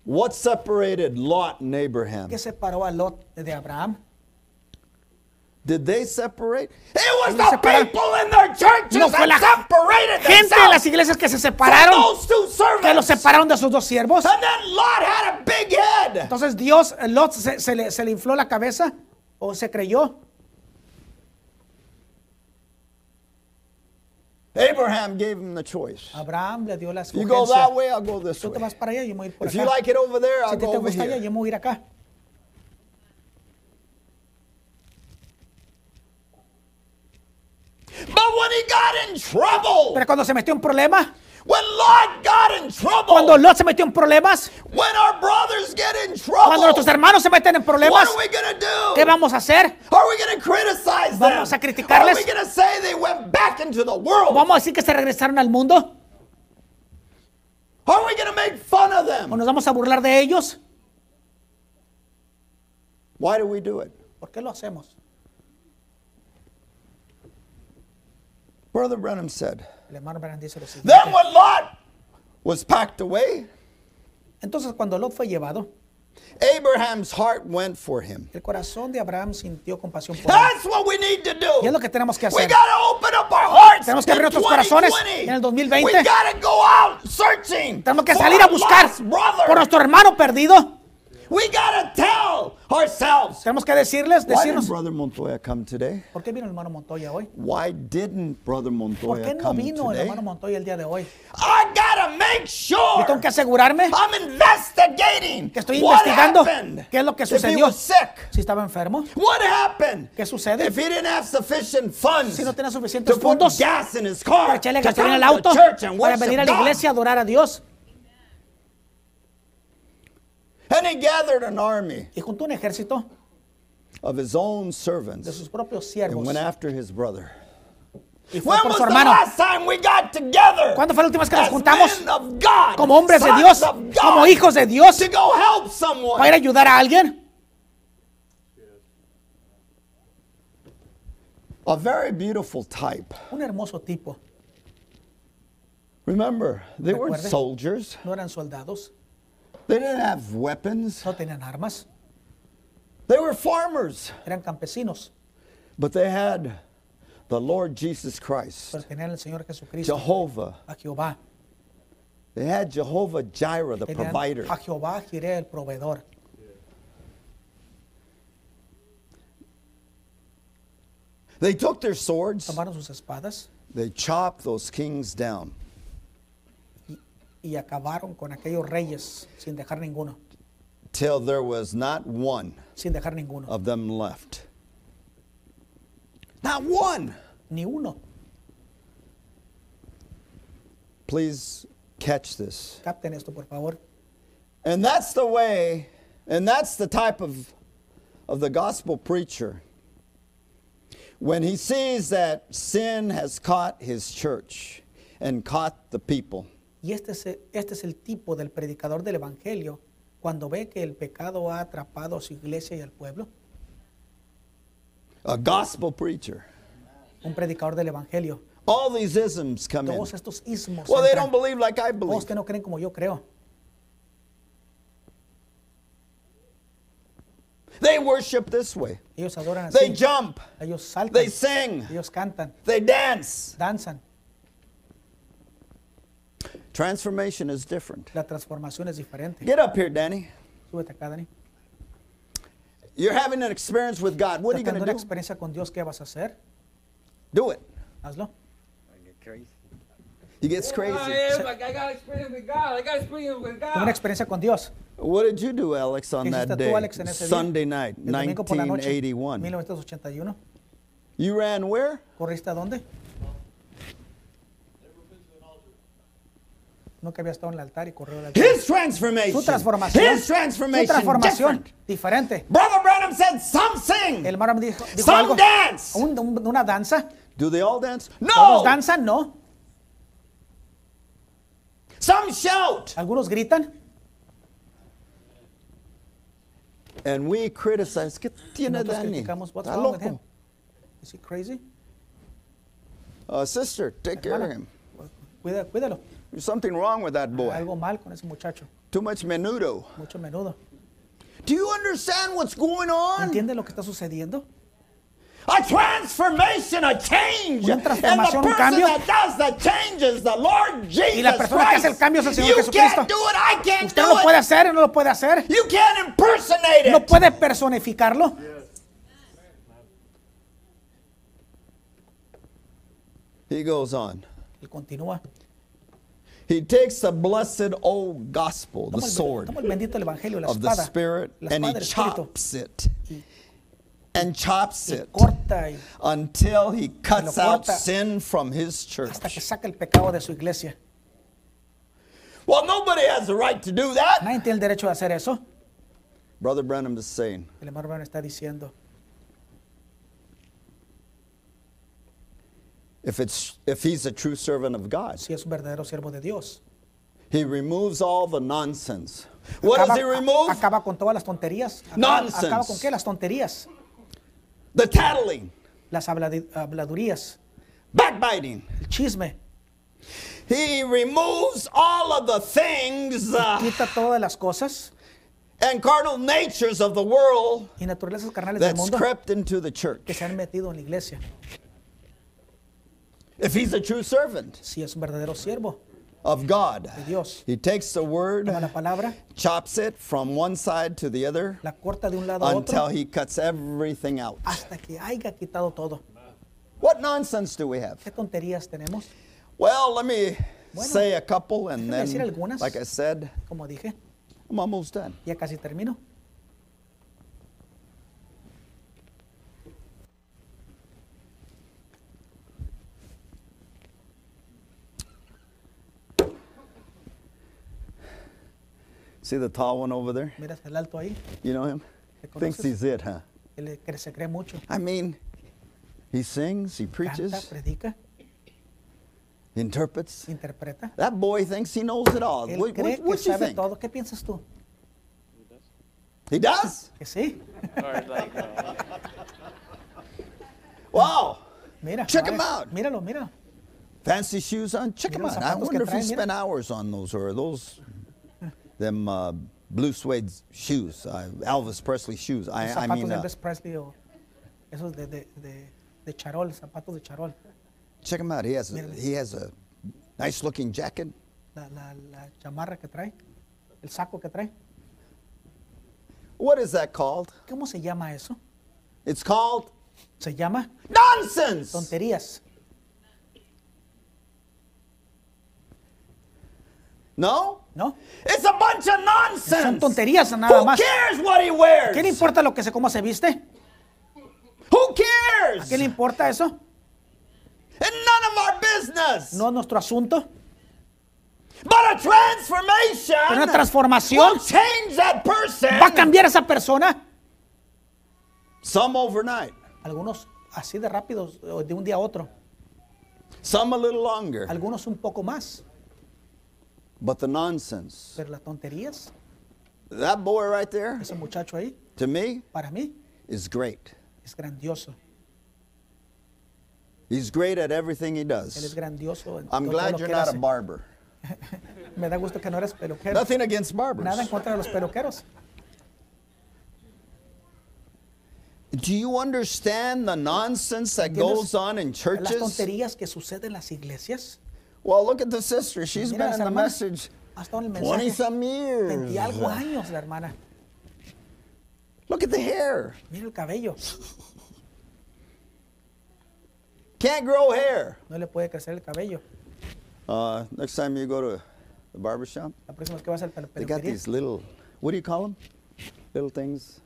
A: What separated Lot and Abraham?
B: ¿Qué separó a Lot de Abraham?
A: Did they separate? It was
B: No
A: the
B: separa-
A: people in their churches
B: No fue la
A: that separated
B: gente de las
A: themselves
B: iglesias que se
A: from
B: separaron,
A: those two
B: que
A: servants.
B: los separaron de sus dos siervos.
A: And then Lot had a big head.
B: Entonces Dios, eh, Lot se, se le, se le infló la cabeza o se creyó.
A: Abraham gave him the choice.
B: Abraham le dio la
A: You go that
B: escogencia.
A: way, I'll go this
B: Tú te
A: way.
B: vas para allá, yo me voy a ir por
A: If you
B: acá.
A: like it over there, I'll
B: Si te,
A: go
B: te
A: over
B: gusta allá,
A: here.
B: yo me voy a ir acá.
A: But when he got in trouble,
B: Pero cuando se metió en problemas,
A: when Lot got in
B: cuando
A: trouble,
B: Lot se metió en problemas,
A: when our brothers get in
B: cuando
A: trouble,
B: nuestros hermanos se meten en
A: Oh. what
B: problemas,
A: are we going to
B: ¿qué
A: do?
B: vamos a hacer?
A: Are we going to criticize them?
B: Vamos a criticarles.
A: Are we going to say they went back into the world?
B: ¿Vamos a decir que se regresaron al mundo?
A: Are we going to make fun of
B: ¿O
A: them?
B: nos vamos a burlar de ellos?
A: Why do we do it?
B: ¿Por qué lo hacemos?
A: Brother Brenham said.
B: El hermano Branham dice lo siguiente.
A: Then when Lot was packed away,
B: Entonces cuando Lot fue llevado,
A: Abraham's heart went for him.
B: el corazón de Abraham sintió compasión por él.
A: That's what we need to
B: Y es
A: do.
B: lo que tenemos que
A: We
B: hacer.
A: gotta open up our hearts.
B: Tenemos que
A: in
B: abrir nuestros corazones en el 2020.
A: We gotta go out searching.
B: Tenemos que
A: for
B: salir a
A: our
B: buscar
A: lost brother.
B: por nuestro hermano perdido.
A: We gotta tell ourselves.
B: Tenemos que decirles,
A: Why didn't
B: decirnos,
A: Brother Montoya come today?
B: ¿por qué vino el hermano Montoya hoy?
A: Why didn't Brother
B: ¿Por
A: Montoya
B: qué no
A: come
B: vino el
A: today?
B: hermano Montoya el día de hoy?
A: I gotta make sure.
B: Yo tengo que asegurarme
A: I'm investigating.
B: que estoy
A: what
B: investigando
A: happened
B: qué es lo que
A: If he
B: sucedió.
A: was sick.
B: Si estaba enfermo,
A: What happened?
B: ¿Qué sucede?
A: If he didn't have sufficient funds
B: si no tenía
A: to
B: suficientes
A: put
B: fondos
A: gas in his car,
B: para echarle
A: to come
B: gasolina al
A: to
B: auto,
A: church and
B: para
A: worship
B: venir a la
A: God.
B: iglesia a adorar a Dios.
A: And he gathered an army
B: Y juntó un ejército
A: of his own
B: de
A: servants
B: sus propios
A: and
B: siervos
A: went after his brother.
B: y fue
A: When
B: por
A: was
B: su
A: the
B: hermano.
A: last time we got together?
B: ¿Cuándo fue la última vez que nos
A: as
B: juntamos
A: men of God,
B: como hombres de
A: sons
B: Dios,
A: of God,
B: como hijos de Dios,
A: to go help someone?
B: para ir a ayudar a alguien?
A: A very beautiful type.
B: Un hermoso tipo.
A: Remember, they weren't
B: Recuerde.
A: soldiers.
B: No eran soldados,
A: They didn't have weapons.
B: no tenían armas,
A: They were farmers,
B: eran campesinos,
A: but they had the Lord Jesus Christ,
B: pero tenían al Señor Jesucristo,
A: Jehovah.
B: a Jehová.
A: They had Jehovah Jireh, the
B: Tenían
A: provider.
B: a Jehová Jireh, el proveedor.
A: They took their swords,
B: Tomaron sus espadas
A: they chopped those kings down.
B: y, y acabaron con aquellos reyes sin dejar ninguno,
A: till there was not one
B: sin dejar ninguno,
A: of them left. Not one.
B: ni uno.
A: Please catch this.
B: Capten esto, por favor.
A: And that's the way, and that's the type of, of the gospel preacher. When he sees that sin has caught his church and caught the people,
B: Y este es, e- este es el tipo del predicador del Evangelio cuando ve que el pecado ha atrapado a su iglesia y al pueblo.
A: a gospel preacher.
B: Un predicador del Evangelio.
A: All these isms come in.
B: Todos estos ismos.
A: Well, they don't
B: entran.
A: believe like I
B: Todos
A: believe.
B: que no creen como yo creo.
A: They worship this way.
B: Ellos adoran así.
A: They jump.
B: Ellos saltan.
A: They sing.
B: Ellos cantan.
A: They dance.
B: Danzan.
A: Transformation is different.
B: La transformación es diferente.
A: Get up here, Danny.
B: Súbete acá, Dani.
A: You're having an experience with God. What are
B: Estás
A: you
B: teniendo
A: going
B: una
A: to do?
B: experiencia con Dios, ¿qué vas a hacer?
A: Do it.
B: Hazlo.
C: I get crazy.
A: He gets
C: I,
A: crazy.
C: am, like, I got experience with God. I got experience with
B: Ten una
C: God.
B: experiencia con Dios.
A: What did you do, Alex, on
B: ¿Qué hiciste
A: that
B: tú,
A: day?
B: Alex, en ese día?
A: Sunday night,
B: El domingo por la noche,
A: 1981.
B: 1981.
A: You ran where?
B: ¿Corriste a dónde? nunca había estado en el altar y corrió al altar.
A: His transformation.
B: Su transformación,
A: His
B: su
A: transformation.
B: transformación
A: different.
B: diferente.
A: Brother Branham said something.
B: El hermano dijo, dijo
A: Some
B: algo,
A: dance.
B: un- un- una danza.
A: Do they all dance?
B: Todos
A: No.
B: danzan, no.
A: Some shout.
B: Algunos gritan.
A: And we criticize. ¿Qué tiene
B: Nosotros
A: Danny?
B: criticamos, what's
A: Está
B: wrong with him?
A: loco.
B: Is he crazy?
A: Uh, sister, take care of
B: Hermana,
A: him.
B: cuida- cuídalo.
A: There's something wrong with that boy.
B: Algo mal con ese muchacho.
A: Too much menudo.
B: Mucho menudo.
A: Do you understand what's going on?
B: ¿Entiende lo que está sucediendo?
A: A transformation, a change.
B: Una
A: And the person
B: transformación, un cambio.
A: that does the changes, the Lord Jesus
B: la persona que hace el
A: Christ.
B: cambio es el Señor
A: you
B: Jesucristo.
A: can't do it. I can't
B: Usted
A: do
B: no lo
A: it.
B: puede hacer, no lo puede hacer.
A: You can't impersonate it.
B: No puede personificarlo.
A: He goes on.
B: Él continúa.
A: He takes the blessed old gospel, the
B: Toma el,
A: sword
B: toma el bendito evangelio, la
A: of the
B: espada,
A: Spirit,
B: la
A: and
B: espada
A: he
B: del Espíritu.
A: chops it. And chops
B: Y
A: it
B: corta y-
A: until he cuts out
B: corta.
A: sin from his
B: hasta que
A: church.
B: saca el pecado de su iglesia.
A: Well, nobody has the right to do that.
B: Nadie tiene el derecho de hacer eso.
A: Brother Branham is saying,
B: El hermano Branham está diciendo,
A: if it's if he's a true servant of God,
B: si es un verdadero siervo de Dios.
A: he removes all the nonsense. What
B: acaba,
A: does he remove?
B: a- acaba con todas las tonterías. Acaba,
A: Nonsense.
B: acaba con qué? Las tonterías,
A: The tattling,
B: las habladi- habladurías,
A: backbiting.
B: el chisme.
A: He removes all of the things uh,
B: Quita todas las cosas
A: and carnal natures of the world
B: y naturalezas carnales del
A: that's
B: mundo
A: crept into the
B: que
A: church.
B: se han metido en la iglesia.
A: If he's a true servant
B: Si es un verdadero siervo
A: of God,
B: de Dios,
A: he takes the word,
B: toma la palabra,
A: chops it from one side to the other
B: la corta de un lado a
A: until
B: otro
A: he cuts everything out.
B: hasta que haya quitado todo.
A: What nonsense do we have?
B: ¿Qué tonterías tenemos?
A: Well, let me
B: Bueno,
A: say a couple and
B: déjame decir
A: then,
B: algunas.
A: like I said,
B: Como dije,
A: I'm almost done.
B: ya casi termino.
A: See the tall one over there?
B: Mira el alto ahí,
A: You know him?
B: ¿Reconoces?
A: Thinks he's it, huh?
B: él cre- se cree mucho.
A: I mean, he sings, he
B: Canta,
A: preaches,
B: predica,
A: interprets.
B: interpreta.
A: That boy thinks he knows it all.
B: Él
A: What,
B: cree
A: what,
B: que
A: what you
B: sabe
A: think?
B: todo. ¿Qué piensas tú?
A: He does?
B: Que sí.
A: Wow.
B: Mira.
A: Check him
B: ahora,
A: out.
B: Míralo, míralo.
A: Fancy shoes on? Check them
B: Mira los
A: out. I
B: zapatos que
A: wonder if he
B: trae, mira.
A: spent hours on those or those, them uh, blue suede shoes, uh, Elvis Presley shoes.
B: Los
A: I, I
B: zapatos
A: mean,
B: de
A: uh,
B: Elvis Presley o esos de, de, de, de charol, zapatos de charol.
A: check him out. He has a,
B: Mira.
A: he has a nice looking jacket.
B: La, la, la chamarra que trae, el saco que trae.
A: What is that called?
B: ¿Cómo se llama eso?
A: It's called
B: Se llama
A: nonsense.
B: tonterías.
A: No?
B: ¿No?
A: It's a bunch of nonsense.
B: Son tonterías nada
A: Who
B: más.
A: cares what he wears?
B: ¿Qué le importa lo que se, cómo se viste?
A: Who cares?
B: ¿Qué le importa eso?
A: It's none of our business.
B: No es nuestro asunto.
A: But a transformation
B: Pero una
A: will
B: transformación
A: change that person.
B: va a cambiar a esa persona.
A: Some overnight,
B: Algunos así de rápido, o de un día a otro.
A: some a little longer.
B: Algunos un poco más.
A: But the nonsense.
B: Pero las tonterías,
A: That boy right there,
B: ese muchacho ahí,
A: to me,
B: para mí,
A: is great.
B: es grandioso.
A: He's great at everything he
B: Él es
A: does.
B: grandioso. en
A: I'm
B: todo lo
A: glad you're
B: que él
A: not a
B: hace.
A: barber.
B: Me da gusto que no eres peluquero.
A: Nothing against barbers.
B: Nada en contra de los peluqueros.
A: Do you understand the nonsense that
B: ¿Entiendes?
A: goes on in
B: Las
A: churches?
B: tonterías que suceden en las iglesias.
A: Well, look at the sister. She's
B: Mira,
A: been
B: esa
A: in the
B: hermana
A: message
B: ha estado en el
A: 20
B: mensaje
A: some years.
B: 20 algo años, la hermana.
A: Look at the hair.
B: Mira el cabello.
A: Can't grow hair.
B: No le puede crecer el cabello.
A: Uh, next time you go to the barber shop,
B: La próxima vez que vas al pelu-
A: they got
B: peluquería,
A: these little, what do you call them? Little things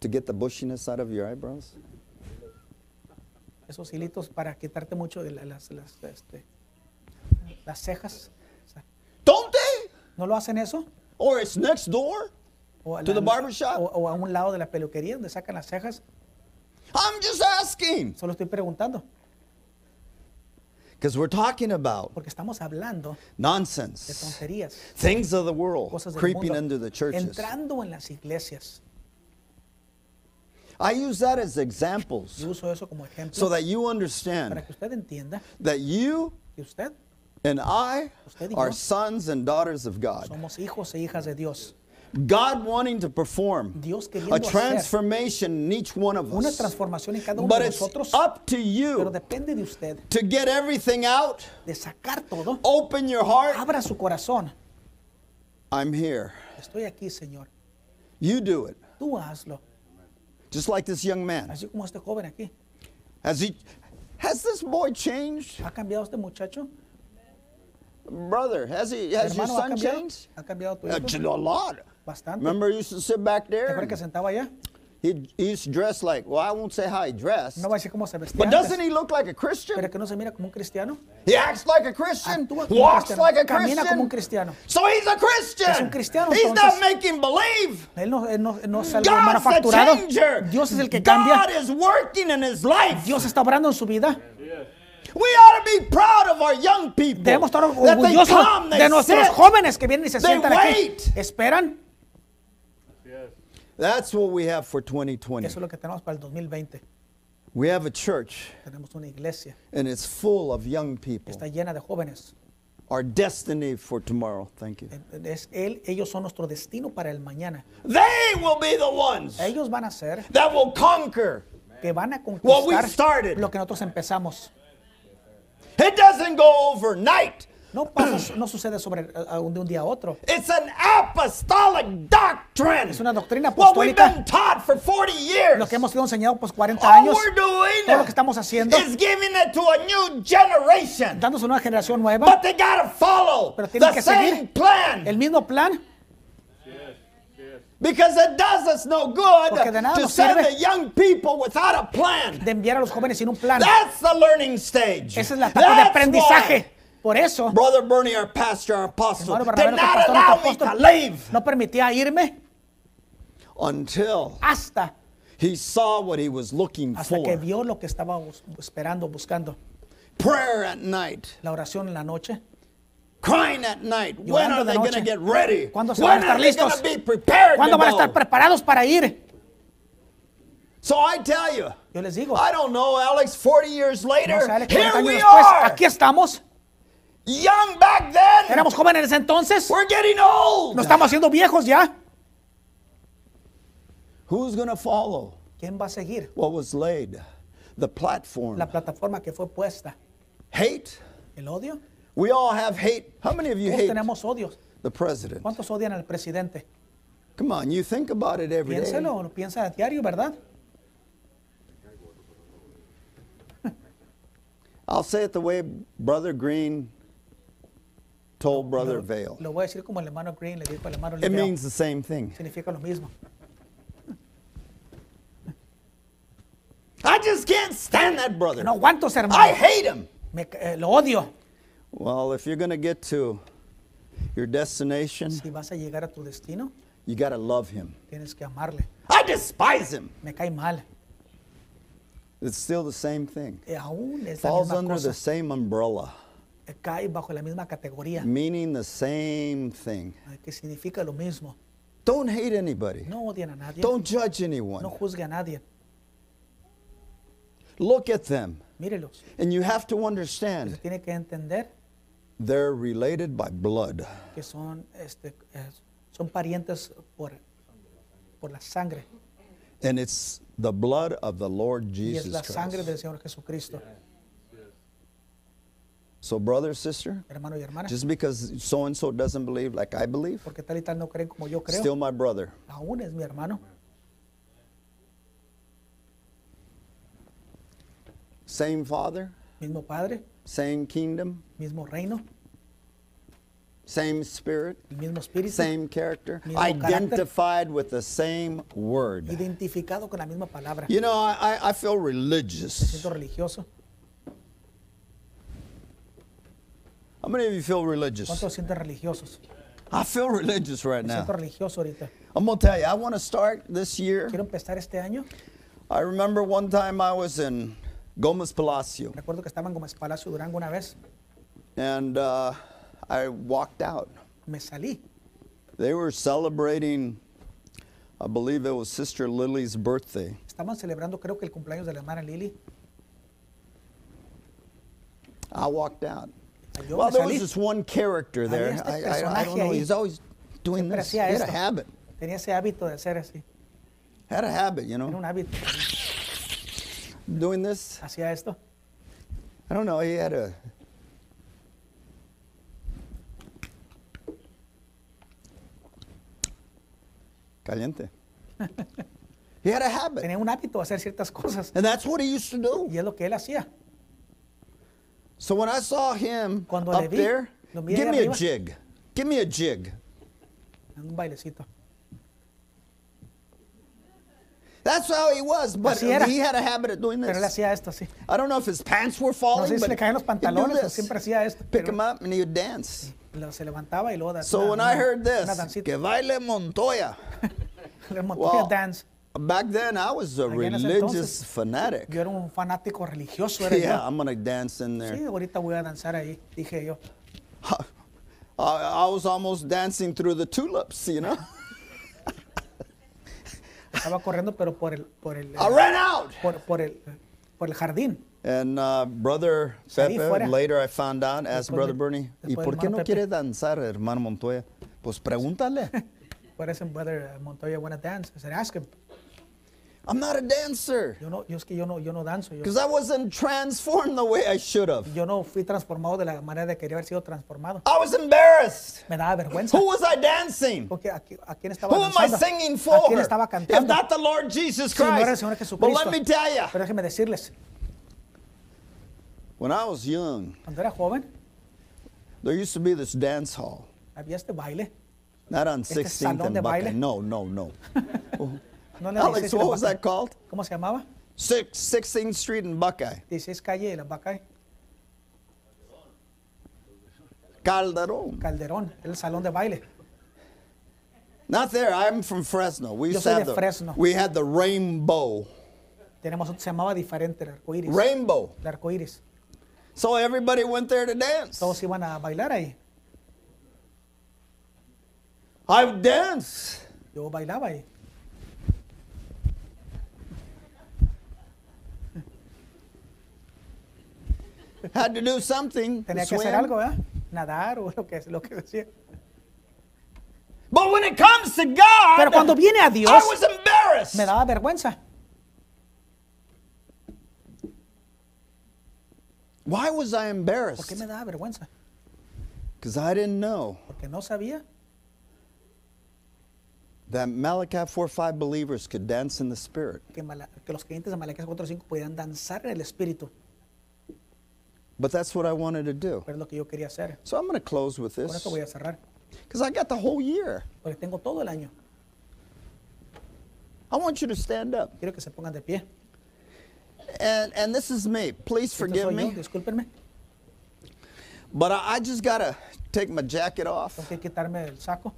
A: to get the bushiness out of your eyebrows.
B: esos hilitos para quitarte mucho de la- las, las, este, las cejas. O sea, ¿No lo hacen eso?
A: Or it's next door?
B: O a,
A: To
B: la-
A: the barber shop.
B: o- o a un lado de la peluquería donde sacan las cejas.
A: I'm just asking.
B: Solo estoy preguntando,
A: Because we're talking about
B: porque estamos hablando de
A: nonsense,
B: tonterías,
A: things of the world
B: cosas del
A: creeping
B: mundo,
A: into the churches.
B: entrando en las iglesias.
A: I use that as
B: Yo
A: examples
B: uso eso como ejemplo
A: so that you
B: para
A: understand
B: que usted entienda
A: that you
B: que usted
A: and I
B: Usted y yo.
A: are sons and daughters of God.
B: somos hijos e hijas de Dios.
A: God wanting to perform
B: Dios
A: a
B: queriendo hacer
A: transformation in each one of
B: una
A: us.
B: transformación en cada uno
A: But
B: de
A: it's
B: nosotros,
A: up to
B: pero
A: you
B: depende de usted
A: to get everything out,
B: de sacar todo.
A: open your heart.
B: Abra su corazón.
A: I'm here.
B: Estoy aquí, Señor.
A: You do it.
B: Tú hazlo.
A: Just like this young man.
B: Así como este joven aquí.
A: Has he has this boy changed?
B: ¿Ha cambiado este muchacho?
A: Brother, has he has your
B: Hermano, ¿ha
A: son
B: cambiado?
A: changed?
B: ¿Ha cambiado tu
A: Uh,
B: hijo?
A: j- A lot.
B: Bastante.
A: Remember he used to sit back
B: ¿Te acuerdas
A: there?
B: que sentaba allá?
A: He, he used to dress like, well, I won't say how he dressed.
B: No va a decir cómo se vestía
A: But doesn't
B: antes,
A: he look like a
B: pero
A: Christian?
B: que no se mira como un cristiano.
A: He acts like a Christian,
B: Actúa como un
A: walks
B: cristiano,
A: like a
B: camina como un cristiano.
A: So he's a Christian.
B: Es un cristiano,
A: he's
B: entonces.
A: not making believe.
B: Él no, él no- él no es algo
A: God's the
B: manufacturado.
A: changer.
B: Dios es el que cambia.
A: God is working in his life.
B: Dios está obrando en su vida.
A: We ought to be proud of our young people.
B: Debemos estar
A: that they
B: orgullosos
A: come, they
B: de nuestros
A: sit.
B: jóvenes que vienen y se
A: They
B: sientan aquí.
A: wait.
B: Esperan.
A: That's what we have for 2020.
B: Eso es lo que tenemos para el 2020.
A: We have a church,
B: Tenemos una iglesia.
A: and it's full of young people.
B: Está llena de jóvenes.
A: Our destiny for tomorrow. Thank you.
B: Es él, ellos son nuestro destino para el mañana.
A: They will be the ones
B: Ellos van a ser
A: that will conquer.
B: que van a
A: What we
B: conquistar
A: started.
B: lo que nosotros empezamos.
A: It doesn't go overnight.
B: No pasa, no sucede sobre a- a- de un día a otro.
A: It's an apostolic doctrine.
B: Es una doctrina
A: What we've
B: apostólica.
A: been taught for 40 years.
B: Lo que hemos sido enseñado por 40
A: All
B: años,
A: we're doing
B: todo lo que estamos haciendo,
A: is giving it to a new generation.
B: dándose una generación
A: But
B: nueva,
A: they gotta follow
B: Pero tienen
A: the
B: que
A: same
B: seguir.
A: plan
B: el mismo plan,
A: because it does us no good
B: Porque de nada
A: to
B: nos
A: send
B: sirve.
A: the young people without a plan.
B: de enviar a los jóvenes sin un plan.
A: That's the learning stage.
B: Esa es la etapa de
A: That's
B: aprendizaje. Por eso,
A: why Brother Bernie, our pastor, our apostle,
B: hermano
A: did
B: Bernabé,
A: not
B: nuestro pastor,
A: allow
B: nuestro
A: me to
B: apóstol,
A: leave
B: no permitía irme
A: until
B: hasta,
A: he saw what he was looking
B: hasta que
A: for.
B: vio lo que estaba bus- esperando, buscando.
A: Prayer at night,
B: La oración en la noche.
A: crying at night. When
B: Llorando
A: are
B: de
A: they going to
B: noche.
A: get ready? When
B: ¿Cuándo
A: are
B: se van a estar
A: they going
B: listos?
A: to be prepared to
B: ¿Cuándo van a estar
A: go?
B: preparados para ir?
A: So I tell you,
B: Yo les digo,
A: I don't know, Alex, 40 years
B: no
A: later,
B: sé, Alex,
A: here
B: 40 años
A: we
B: después,
A: are.
B: aquí estamos.
A: Young back then.
B: Éramos jóvenes en ese entonces.
A: We're getting old.
B: Nos estamos haciendo viejos ya.
A: Who's going to follow
B: ¿Quién va a seguir
A: what was laid? The platform.
B: la plataforma que fue puesta?
A: hate.
B: ¿El odio?
A: We all have hate. How many of you
B: Todos
A: hate
B: tenemos odios.
A: the president?
B: ¿Cuántos odian al presidente?
A: Come on, you think about it every day.
B: Piénselo, lo piensa a diario, ¿verdad?
A: I'll say it the way Brother Green told Brother Vale.
B: Lo voy a decir como el hermano Green le dijo al hermano
A: It
B: Lindell.
A: means the same thing.
B: Significa lo mismo.
A: I just can't stand that brother.
B: No aguanto ese
A: I
B: hermano.
A: hate him.
B: Me ca- eh, lo odio.
A: Well, if you're going to get to your destination,
B: Si vas a llegar a tu destino,
A: you got to love him.
B: tienes que amarle.
A: I despise him.
B: Me cae mal.
A: It's still the same thing.
B: Eh, aún es la
A: Falls
B: misma
A: under
B: cosa.
A: the same umbrella,
B: Eh, Cae bajo la misma categoría.
A: meaning the same thing.
B: eh, Que significa lo mismo.
A: Don't hate anybody.
B: No odian a nadie.
A: Don't judge anyone.
B: No juzgue a nadie.
A: Look at them.
B: Mírelos.
A: And you have to
B: Se
A: understand
B: tiene que entender
A: they're related by blood.
B: que son, este, eh, son parientes por, por la sangre.
A: And it's the blood of the Lord
B: Y es
A: Jesus
B: la sangre
A: Christ.
B: del Señor Jesucristo.
A: So, brother, sister,
B: Hermano y hermana.
A: just because so and so doesn't believe like I believe,
B: Porque tal y tal no creen como yo creo.
A: still my brother.
B: Aún es mi hermano.
A: Same father,
B: Mismo padre,
A: same kingdom,
B: mismo reino,
A: same spirit,
B: el mismo espíritu.
A: same character,
B: Mismo carácter.
A: identified with the same word.
B: Identificado con la misma palabra.
A: You know, I, I I feel
B: Me
A: religious.
B: siento religioso.
A: How many of you feel religious?
B: ¿Cuántos se sienten religiosos?
A: I feel religious right
B: Me siento
A: now.
B: religioso ahorita.
A: I'm going to tell you, I want to start this year.
B: Quiero empezar este año.
A: I remember one time I was in Gomez Palacio
B: Recuerdo que estaba en Gómez Palacio Durango una vez.
A: and uh, I walked out.
B: Me salí.
A: They were celebrating, I believe it was Sister Lily's birthday.
B: Estaban celebrando, creo que el cumpleaños de la hermana Lili.
A: I walked out.
B: Yo
A: Well,
B: me
A: there was
B: salí.
A: this one character there.
B: Había este
A: I, I, I don't
B: personaje
A: know.
B: ahí.
A: He's always doing
B: Siempre
A: this. He
B: hacía
A: had a
B: esto.
A: habit.
B: Tenía ese hábito de hacer así.
A: Had a habit, you
B: Era un
A: know.
B: hábito.
A: Doing this.
B: Hacía esto.
A: I don't know. He had a.
B: <laughs>
A: Caliente. he had a habit.
B: Tenía un hábito de hacer ciertas cosas.
A: And that's what he used to do.
B: Y es lo que él hacía.
A: So when I saw him
B: Cuando le
A: up
B: vi,
A: there,
B: lo miré
A: give
B: de
A: me a
B: arriba.
A: jig. Give me a jig.
B: En un bailecito.
A: That's how he was, but
B: Así era.
A: he had a habit of doing
B: Pero él
A: this.
B: hacía esto así.
A: I don't know if his pants were
B: No
A: falling,
B: sé si
A: but
B: le caían los
A: he'd do
B: pantalones, pero
A: this.
B: siempre hacía esto.
A: Pick
B: Pero
A: him up and he would dance.
B: lo- se levantaba y luego da-
A: So
B: una-
A: when
B: una-
A: I heard this,
B: una dancita.
A: que baile Montoya.
B: Le montó
A: Well,
B: el dance.
A: back then I was a
B: Allá en ese
A: religious fanatic.
B: Yo era un fanático religioso, era
A: <laughs> Yeah,
B: yo.
A: I'm gonna dance in
B: Sí,
A: there.
B: ahorita voy a danzar ahí, dije yo.
A: <laughs> I, I was almost dancing through the tulips, you know. <laughs>
B: Estaba corriendo, pero por el, por el, eh,
A: I ran out.
B: por, por el, por el jardín.
A: And uh, brother
B: Salí
A: Pepe,
B: fuera.
A: later I found out, asked
B: Después
A: brother
B: de-
A: Bernie, ¿y
B: después
A: por qué no
B: hermano Pepe.
A: quiere danzar, hermano Montoya? Pues
B: <laughs>
A: pregúntale.
B: Parece brother eh, Montoya wanna dance. I said, ask him.
A: I'm not a dancer
B: Yo no, yo es que yo no, yo no danzo. Yo,
A: because I wasn't transformed the way I should have.
B: yo no fui transformado de la manera de quería haber sido transformado.
A: I was embarrassed.
B: Me daba vergüenza.
A: Who was I dancing?
B: Porque a, qui- a quién estaba
A: Who am I
B: danzando?
A: singing
B: ¿A
A: for?
B: quién estaba
A: If
B: cantando?
A: not the Lord Jesus
B: Si no era el
A: Christ.
B: Señor
A: But
B: Jesucristo.
A: let me tell you,
B: Pero déjenme decirles,
A: when I was young,
B: cuando era joven,
A: there used to be this dance hall.
B: había este baile.
A: Not on
B: Este
A: 16th
B: salón
A: and
B: de
A: Buckeye.
B: baile.
A: No, no, no.
B: <laughs> No le
A: <laughs> Alex, what was that called?
B: ¿Cómo se llamaba?
A: Six, 16th Street and Buckeye.
B: 16 calle de la vaca
A: Calderon.
B: Calderón, el salón de baile.
A: Not there. I'm from Fresno. We
B: Yo
A: used
B: soy
A: to have
B: de
A: the,
B: Fresno.
A: We had the rainbow.
B: Tenemos otro, se llamaba diferente, el arco iris.
A: Rainbow.
B: el arco iris.
A: So everybody went there to dance.
B: Todos iban a bailar ahí.
A: I would dance.
B: Yo bailaba ahí.
A: Had to do something. to
B: <laughs> Tenía que hacer
A: swim.
B: algo, ¿verdad? Nadar o <laughs> lo que, lo que decía.
A: But when it comes to God,
B: Pero cuando viene a
A: I
B: Dios,
A: was embarrassed.
B: me daba vergüenza.
A: Why was I
B: ¿Por qué
A: embarrassed?
B: me daba vergüenza?
A: Because I didn't know
B: Porque no sabía
A: that Malachi 4 5 believers could dance in the Spirit.
B: que, Mala- que los creyentes de Malaquías 4.5 podían danzar en el espíritu.
A: But that's what I wanted to do.
B: Pero es lo que yo quería hacer.
A: So I'm going to close with
B: Con
A: this
B: esto voy a cerrar.
A: because I got the whole year.
B: Porque tengo todo el año.
A: I want you to stand up.
B: Quiero que se pongan de pie.
A: And, and this is me. Please
B: Esto
A: forgive
B: Este soy yo,
A: me.
B: discúlpenme.
A: But I, I just gotta take my jacket
B: Tengo
A: off.
B: que quitarme el saco.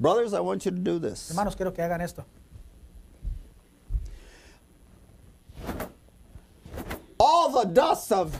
A: Brothers, I want you to do this.
B: Hermanos, quiero que hagan esto.
A: All the dust of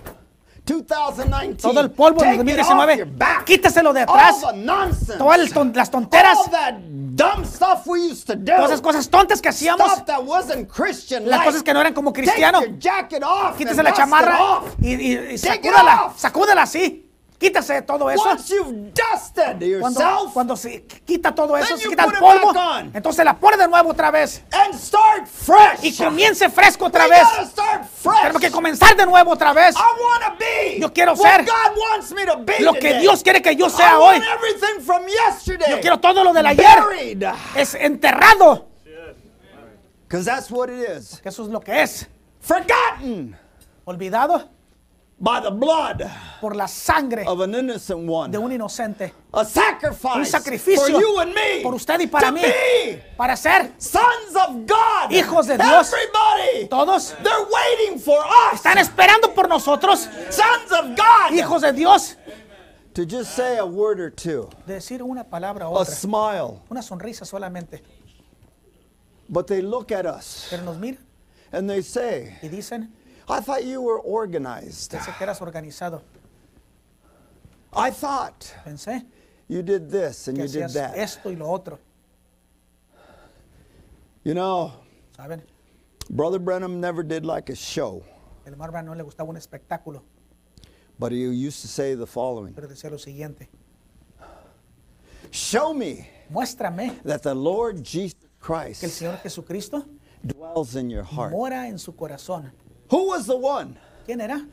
A: 2019.
B: Todo el polvo
A: take
B: del
A: it off your
B: 2019,
A: back. Oh,
B: quítaselo de
A: All
B: atrás.
A: the nonsense.
B: Todas las ton- las tonteras,
A: All that dumb stuff we used to do.
B: todas esas cosas tontas que hacíamos,
A: Stuff that wasn't Christian
B: las
A: like.
B: cosas que no eran como cristiano.
A: Take your jacket off
B: Quítese
A: and
B: la
A: dust it
B: chamarra
A: off.
B: y, y- y
A: Take it
B: sacúdala,
A: off.
B: sacúdala así. Quítese de todo eso.
A: Once you've dusted
B: Cuando,
A: yourself
B: cuando se quita todo eso,
A: Then
B: se
A: you
B: quita el
A: put it
B: polvo,
A: back on.
B: entonces la pone de nuevo otra vez.
A: and start fresh.
B: Y comience fresco otra
A: We
B: vez.
A: gotta start fresh.
B: Tenemos que comenzar de nuevo otra vez.
A: I want to be
B: Yo quiero
A: what
B: ser
A: God wants me to be
B: Lo que
A: today.
B: Dios quiere que yo
A: I
B: sea hoy.
A: want everything from yesterday.
B: Yo quiero todo lo del ayer.
A: Buried.
B: Es enterrado.
A: Because that's what it is.
B: Que eso es lo que es.
A: Forgotten
B: Olvidado
A: by the blood
B: por la sangre
A: of an innocent
B: de
A: one.
B: un inocente.
A: A sacrifice
B: Un sacrificio
A: for you and me.
B: por usted y para
A: to
B: mí.
A: be
B: Para ser
A: sons of God.
B: Hijos de Dios.
A: Everybody.
B: todos.
A: They're waiting for us.
B: Están esperando por nosotros.
A: Sons of God.
B: Hijos de Dios.
A: to just say a word or two,
B: de decir una palabra o
A: a
B: otra,
A: smile,
B: una sonrisa solamente,
A: but they look at us
B: pero nos miran
A: and they say,
B: y dicen,
A: I thought you were organized.
B: pensé que eras organizado,
A: I thought
B: pensé
A: you did this and
B: que
A: you did
B: hacías
A: that.
B: esto y lo otro,
A: You know,
B: ¿saben?
A: Brother Brenham never did like a show,
B: El Marvin no le gustaba un espectáculo,
A: but he used to say the following
B: pero decía lo siguiente,
A: Show me
B: muéstrame
A: that the Lord Jesus
B: que el
A: Christ
B: Señor Jesucristo
A: dwells in your heart.
B: mora en su corazón.
A: Who was the one?
B: ¿Quién era?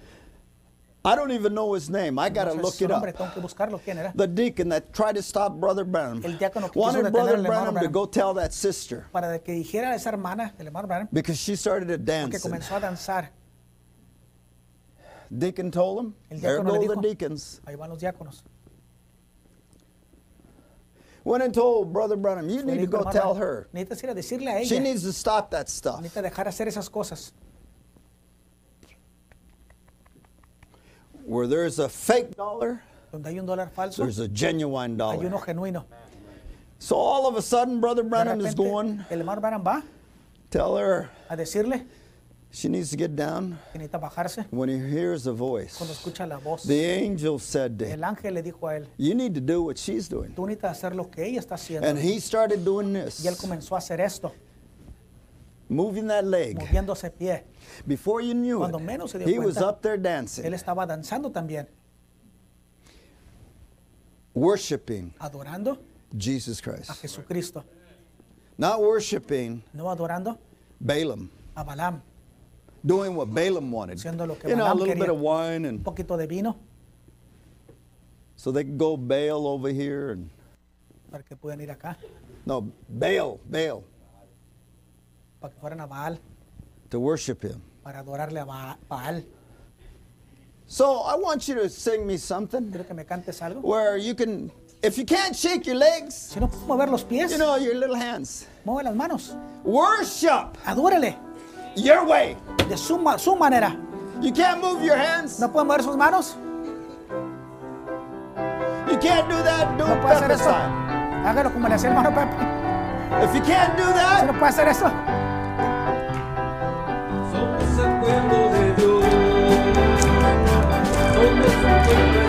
A: I don't even know his name. I got to
B: No sé
A: look
B: su
A: it up.
B: nombre, tengo que buscarlo, ¿quién era?
A: The deacon that tried to stop Brother Branham
B: El diácono que quiso
A: wanted Brother
B: detener al hermano
A: Branham to
B: Branham.
A: go tell that sister
B: Para que dijera a esa hermana, el hermano Branham,
A: because she started to
B: que
A: dance. and
B: comenzó a danzar.
A: Deacon told him,
B: El
A: There
B: diácono le
A: go the
B: dijo.
A: deacons.
B: Ahí van los diáconos.
A: Went and told Brother Branham, You
B: Le
A: need to
B: dijo,
A: go
B: "Hermano
A: tell
B: Branham,
A: her.
B: Necesitas ir a decirle a
A: She
B: ella.
A: needs to stop that stuff.
B: Necesita dejar hacer esas cosas.
A: Where there's a fake dollar,
B: Donde hay un dólar falso,
A: there's a genuine
B: hay uno
A: dollar.
B: genuino.
A: So all of a sudden, Brother
B: Ah, De
A: Branham is
B: repente,
A: going,
B: el hermano Branham va
A: Tell her
B: a decirle
A: she needs to get down.
B: que necesita bajarse
A: When he hears a
B: cuando
A: voice,
B: escucha la voz.
A: the angel said to him,
B: El ángel le dijo a él,
A: You need to do what she's doing.
B: tú necesitas hacer lo que ella está haciendo.
A: And he started doing this,
B: Y él comenzó a hacer esto,
A: moving that leg.
B: moviéndose pie.
A: Before you knew
B: Cuando menos se
A: it,
B: dio
A: he was
B: cuenta,
A: up there
B: Él
A: dancing,
B: estaba danzando también,
A: worshiping
B: adorando
A: Jesus
B: a
A: Christ,
B: Jesucristo,
A: not worshiping
B: no adorando
A: Balaam,
B: a Balaam.
A: doing what Balaam wanted.
B: Haciendo lo que
A: You know, a
B: Balaam
A: little bit
B: quería.
A: of wine,
B: Un
A: and
B: poquito de vino
A: so they could go Baal over here, and
B: para que puedan ir acá,
A: no, Baal, Baal,
B: para que fueran a Baal,
A: to worship him.
B: para adorarle a Ba- Baal.
A: So I want you to sing me something
B: Quiero que me cantes algo.
A: where you can, if you can't shake your legs,
B: Si no puedes mover los pies,
A: you know, your little hands.
B: mueve las manos.
A: Worship
B: Adórale
A: your way.
B: de su, ma- su manera.
A: You can't move your hands.
B: No puede mover sus manos.
A: You can't do that, do
B: No
A: it
B: puede hacer
A: pepper
B: eso.
A: style.
B: Hágalo como le hacía el hermano Pepe.
A: If you can't do
B: Si
A: that,
B: no puede hacer eso.
C: Somos el pueblo de Dios. Somos un pueblo especial.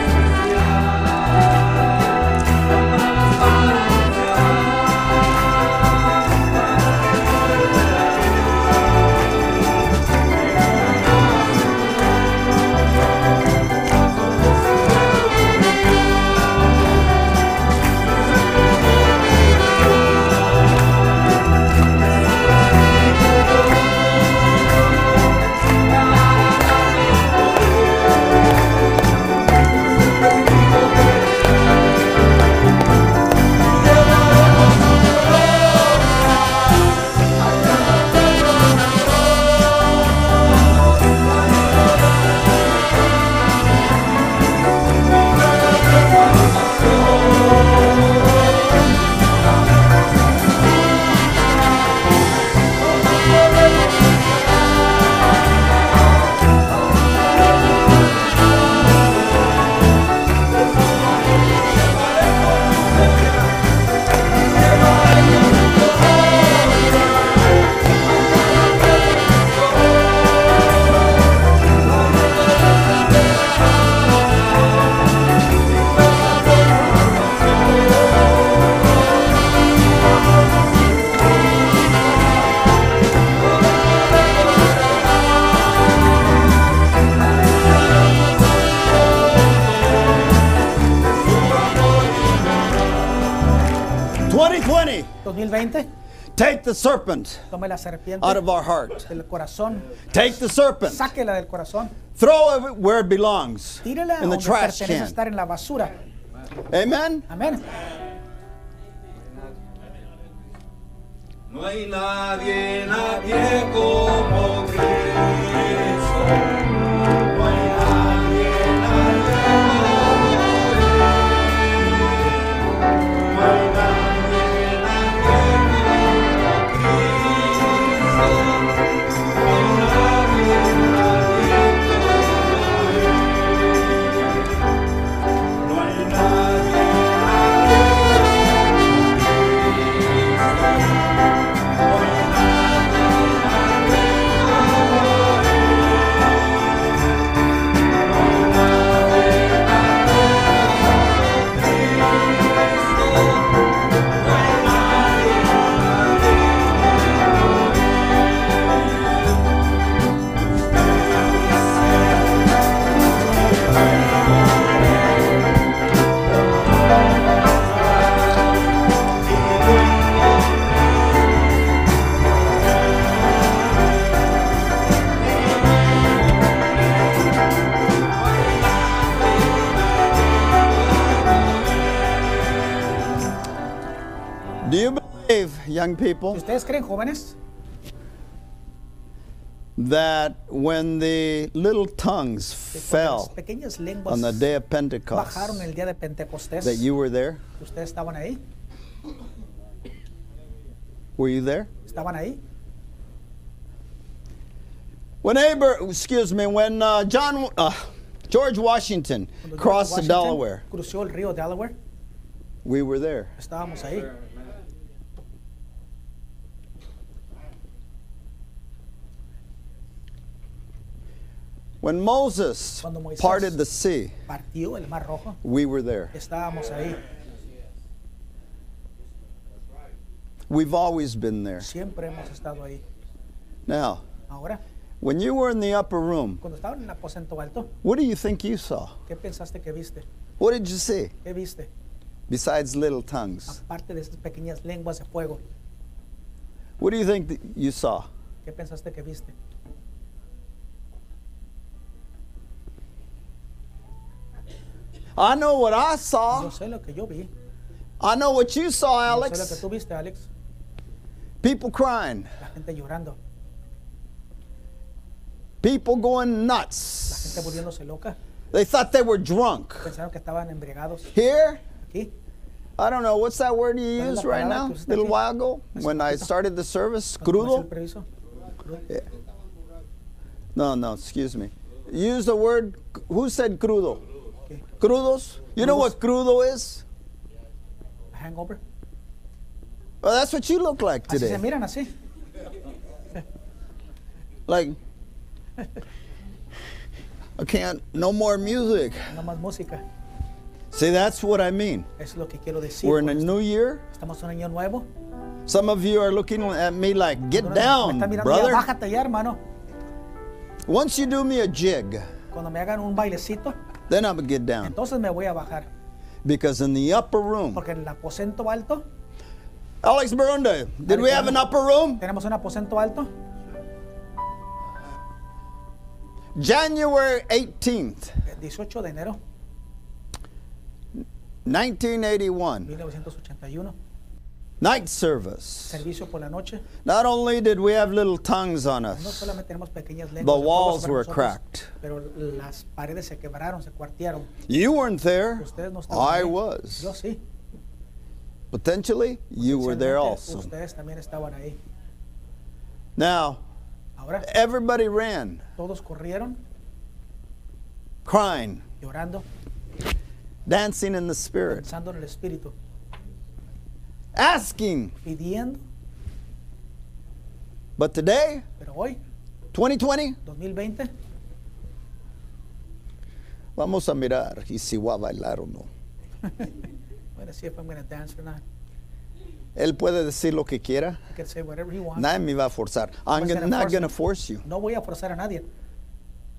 A: twenty twenty.
B: 2020,
A: Take the serpent
B: tome la serpiente
A: out of our heart.
B: del corazón.
A: Take the serpent.
B: Sáquela del corazón.
A: Throw it where it belongs.
B: Tírela a
A: In the
B: donde
A: trash
B: pertenece
A: can.
B: estar en la basura.
A: Amen.
B: Amén.
C: No hay nadie, nadie como Cristo. No hay nadie, nadie como Él. No hay nadie, nadie como Cristo. No hay nadie, nadie como Él. No hay
A: young
B: Si
A: people,
B: ustedes creen, jóvenes,
A: that when the little tongues
B: que cuando las
A: fell
B: pequeñas lenguas
A: on the day of Pentecost,
B: bajaron el día de Pentecostés,
A: that you were there?
B: ustedes estaban ahí,
A: Were you there?
B: estaban ahí.
A: When Abra, excuse me, when uh, John, uh, George Washington
B: Cuando George
A: crossed the
B: Washington
A: Delaware,
B: Cruzó el río Delaware,
A: we were there.
B: estábamos ahí.
A: When Moses
B: Cuando Moisés-
A: parted the sea,
B: Partió el Mar Rojo,
A: we were there.
B: estábamos ahí.
A: We've always been there.
B: Siempre hemos estado ahí.
A: Now,
B: Ahora,
A: when you were in the upper room,
B: cuando estaban en el aposento alto,
A: what do you think you saw?
B: ¿qué pensaste que viste?
A: What did you see
B: ¿Qué viste?
A: besides little tongues?
B: Aparte de esas pequeñas lenguas de fuego,
A: What do you think that you saw?
B: ¿qué pensaste que viste?
A: I know what I
B: Yo
A: saw.
B: sé lo que yo vi.
A: I know what you saw,
B: Yo sé lo que
A: Alex.
B: tú viste, Alex.
A: People crying,
B: La gente llorando,
A: people going
B: la gente
A: nuts.
B: volviéndose loca.
A: They thought they were drunk.
B: Pensaron que estaban embriagados.
A: Here,
B: Aquí,
A: I don't know, what's that word you
B: ¿Cuál es la
A: used right
B: palabra
A: now?
B: que
A: A
B: usted
A: little
B: aquí?
A: while ago,
B: Hace
A: when I
B: poquito.
A: started the service,
B: cuando comenzó el
A: crudo?
B: previso, crudo.
A: No, no, excuse me. Use the word, who said crudo?
B: Okay.
A: Crudos? You know what crudo is?
B: Hangover.
A: Well, Oh, that's what you look like
B: Así se
A: today.
B: miran así.
A: Like, I can't, no more music.
B: No más música.
A: See, that's what I mean.
B: Es lo que quiero decir.
A: We're in a
B: con esto.
A: new year.
B: Estamos en un año nuevo.
A: Some of you are looking at me like, get
B: Algunos
A: down,
B: Me están mirando ya,
A: brother.
B: bájate ya, hermano.
A: Once you do me a jig,
B: Cuando me hagan un bailecito,
A: then I'm going to get down.
B: entonces me voy a bajar.
A: Because in the upper room,
B: Porque en el aposento alto,
A: Alex Barunda, did we have an upper room?
B: tenemos un aposento alto.
A: January 18th,
B: el 18 eh, de enero
A: 1981,
B: 1981.
A: night service.
B: Servicio por la noche.
A: Not only did we have little tongues on
B: No
A: us,
B: solamente tenemos pequeñas lenguas.
A: the
B: de fuego
A: walls
B: sobre
A: were
B: nosotros,
A: cracked.
B: Pero las paredes se quebraron, se cuartearon.
A: You weren't there.
B: Ustedes no estaban.
A: I
B: ahí.
A: was.
B: Yo sí.
A: Potentially, you were there
B: Usualmente
A: also.
B: Ustedes también estaban ahí.
A: Now,
B: Ahora
A: everybody ran,
B: todos corrieron
A: crying,
B: llorando,
A: dancing in the spirit,
B: pensando en el espíritu,
A: asking.
B: pidiendo.
A: But today,
B: Pero hoy,
A: 2020,
B: 2020,
A: vamos a mirar y si va a bailar o no.
B: bueno, see if I'm gonna dance or not.
A: Él puede decir lo que quiera.
B: I can say whatever he wants.
A: Nadie me va a forzar. I'm
B: Nobody's
A: gonna,
B: gonna
A: not
B: force
A: going to
B: me.
A: force you.
B: No voy a forzar a nadie,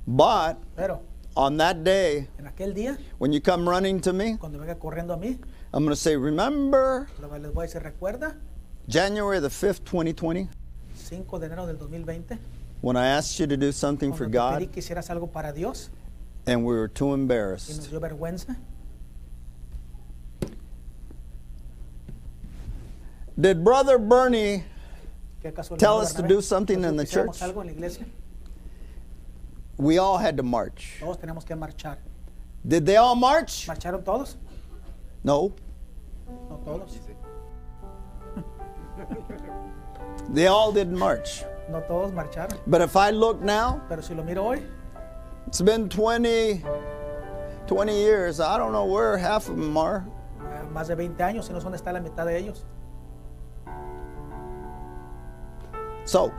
A: But
B: pero
A: on that day,
B: en aquel día,
A: when you come running to me,
B: cuando venga corriendo a mí,
A: I'm going to say, Remember
B: les voy a decir, recuerda,
A: January the 5th, 2020,
B: 5 de enero del 2020,
A: when I asked you to do something for
B: cuando te pedí
A: God
B: que hicieras algo para Dios
A: and we were too
B: y nos
A: embarrassed?
B: dio vergüenza.
A: Did Brother Bernie
B: ¿Qué acaso el
A: Tell
B: hermano
A: us to
B: Bernabé
A: do something
B: nos dijo
A: in
B: que
A: the
B: hiciéramos
A: church.
B: algo en la iglesia?
A: We all had to march.
B: Todos tenemos que marchar.
A: Did they all march?
B: ¿Marcharon todos?
A: No.
B: No todos.
A: They all didn't march.
B: No todos marcharon.
A: But if I look now,
B: Pero si lo miro hoy,
A: it's been 20, 20 years. I don't know where half of them are.
B: eh, más de 20 años, si no es donde está la mitad de ellos.
A: So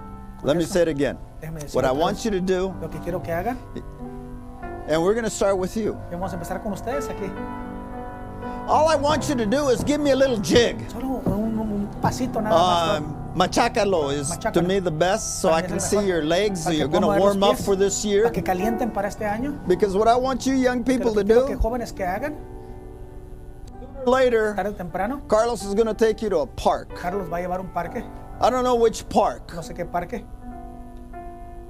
A: let me say it again.
B: Déjame decir
A: What I
B: otra
A: want
B: vez.
A: you to do,
B: Lo que quiero que hagan,
A: and we're going to start with you.
B: vamos a empezar con ustedes aquí.
A: All I want you to do is give me a little jig.
B: Solo un, un pasito nada más. ¿no?
A: Um, machacalo is to
B: Machacalo.
A: me the best, so I
B: Para mí es
A: can
B: el
A: see
B: mejor.
A: your legs. So
B: Para que
A: you're going to
B: podamos ver los
A: warm up
B: pies,
A: for this year.
B: Para que calienten para este año.
A: Because what I want you young
B: Que
A: people
B: Lo
A: to
B: que quiero que
A: do,
B: jóvenes que hagan,
A: later,
B: tarde o temprano,
A: Carlos is going to take you to a park.
B: Carlos va a llevar un parque,
A: I don't know which park,
B: no sé qué parque.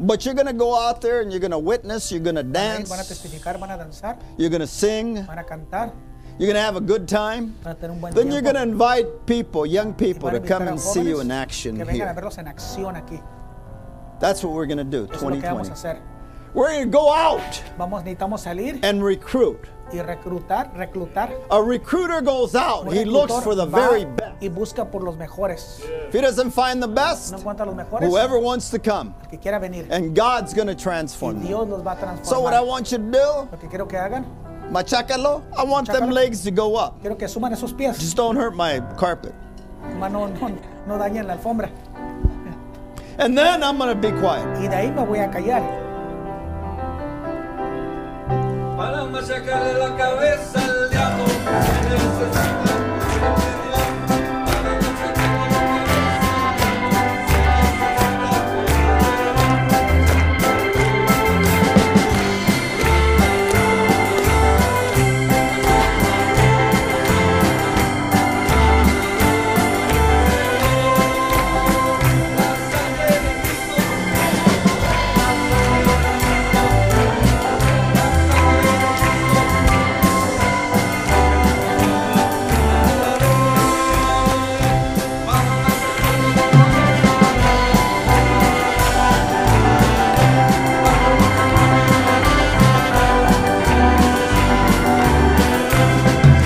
A: but you're going to go out there and you're going to witness, you're going to
B: Ahí Van a
A: dance,
B: testificar, van a danzar,
A: you're going to sing,
B: van a cantar,
A: You're going to have a good time.
B: van a tener un buen
A: Then you're
B: tiempo.
A: going to invite people, young
B: Y
A: people,
B: van a
A: to come
B: invitar a
A: and see you in
B: jóvenes
A: action
B: que vengan a
A: here.
B: verlos en acción aquí. Eso
A: That's what we're going to do
B: es lo que vamos
A: 2020.
B: a hacer.
A: We're going to go out
B: Vamos, necesitamos salir
A: and recruit.
B: y reclutar, reclutar.
A: A recruiter goes out.
B: Un
A: He looks
B: reclutador
A: for the
B: va
A: very best.
B: y busca por los mejores.
A: If he doesn't find the best,
B: No encuentra los mejores.
A: whoever wants to come,
B: que quiera venir.
A: and God's going to
B: Y
A: transform them.
B: Dios los va a transformar.
A: So what I want you to do,
B: lo que quiero que hagan,
A: machacalo, I want them
B: Machacalo.
A: legs to go up.
B: quiero que suman esos pies.
A: Just don't hurt my carpet.
B: Nomás No, no, no dañen la alfombra.
A: And then I'm going to be quiet.
B: Y de ahí me voy a callar.
C: Para machacarle la cabeza al diablo se necesita un hombre de Dios. Para machacarle la cabeza al diablo se necesita un hombre de Dios.
A: God bless you.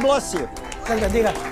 B: Dios les bendiga.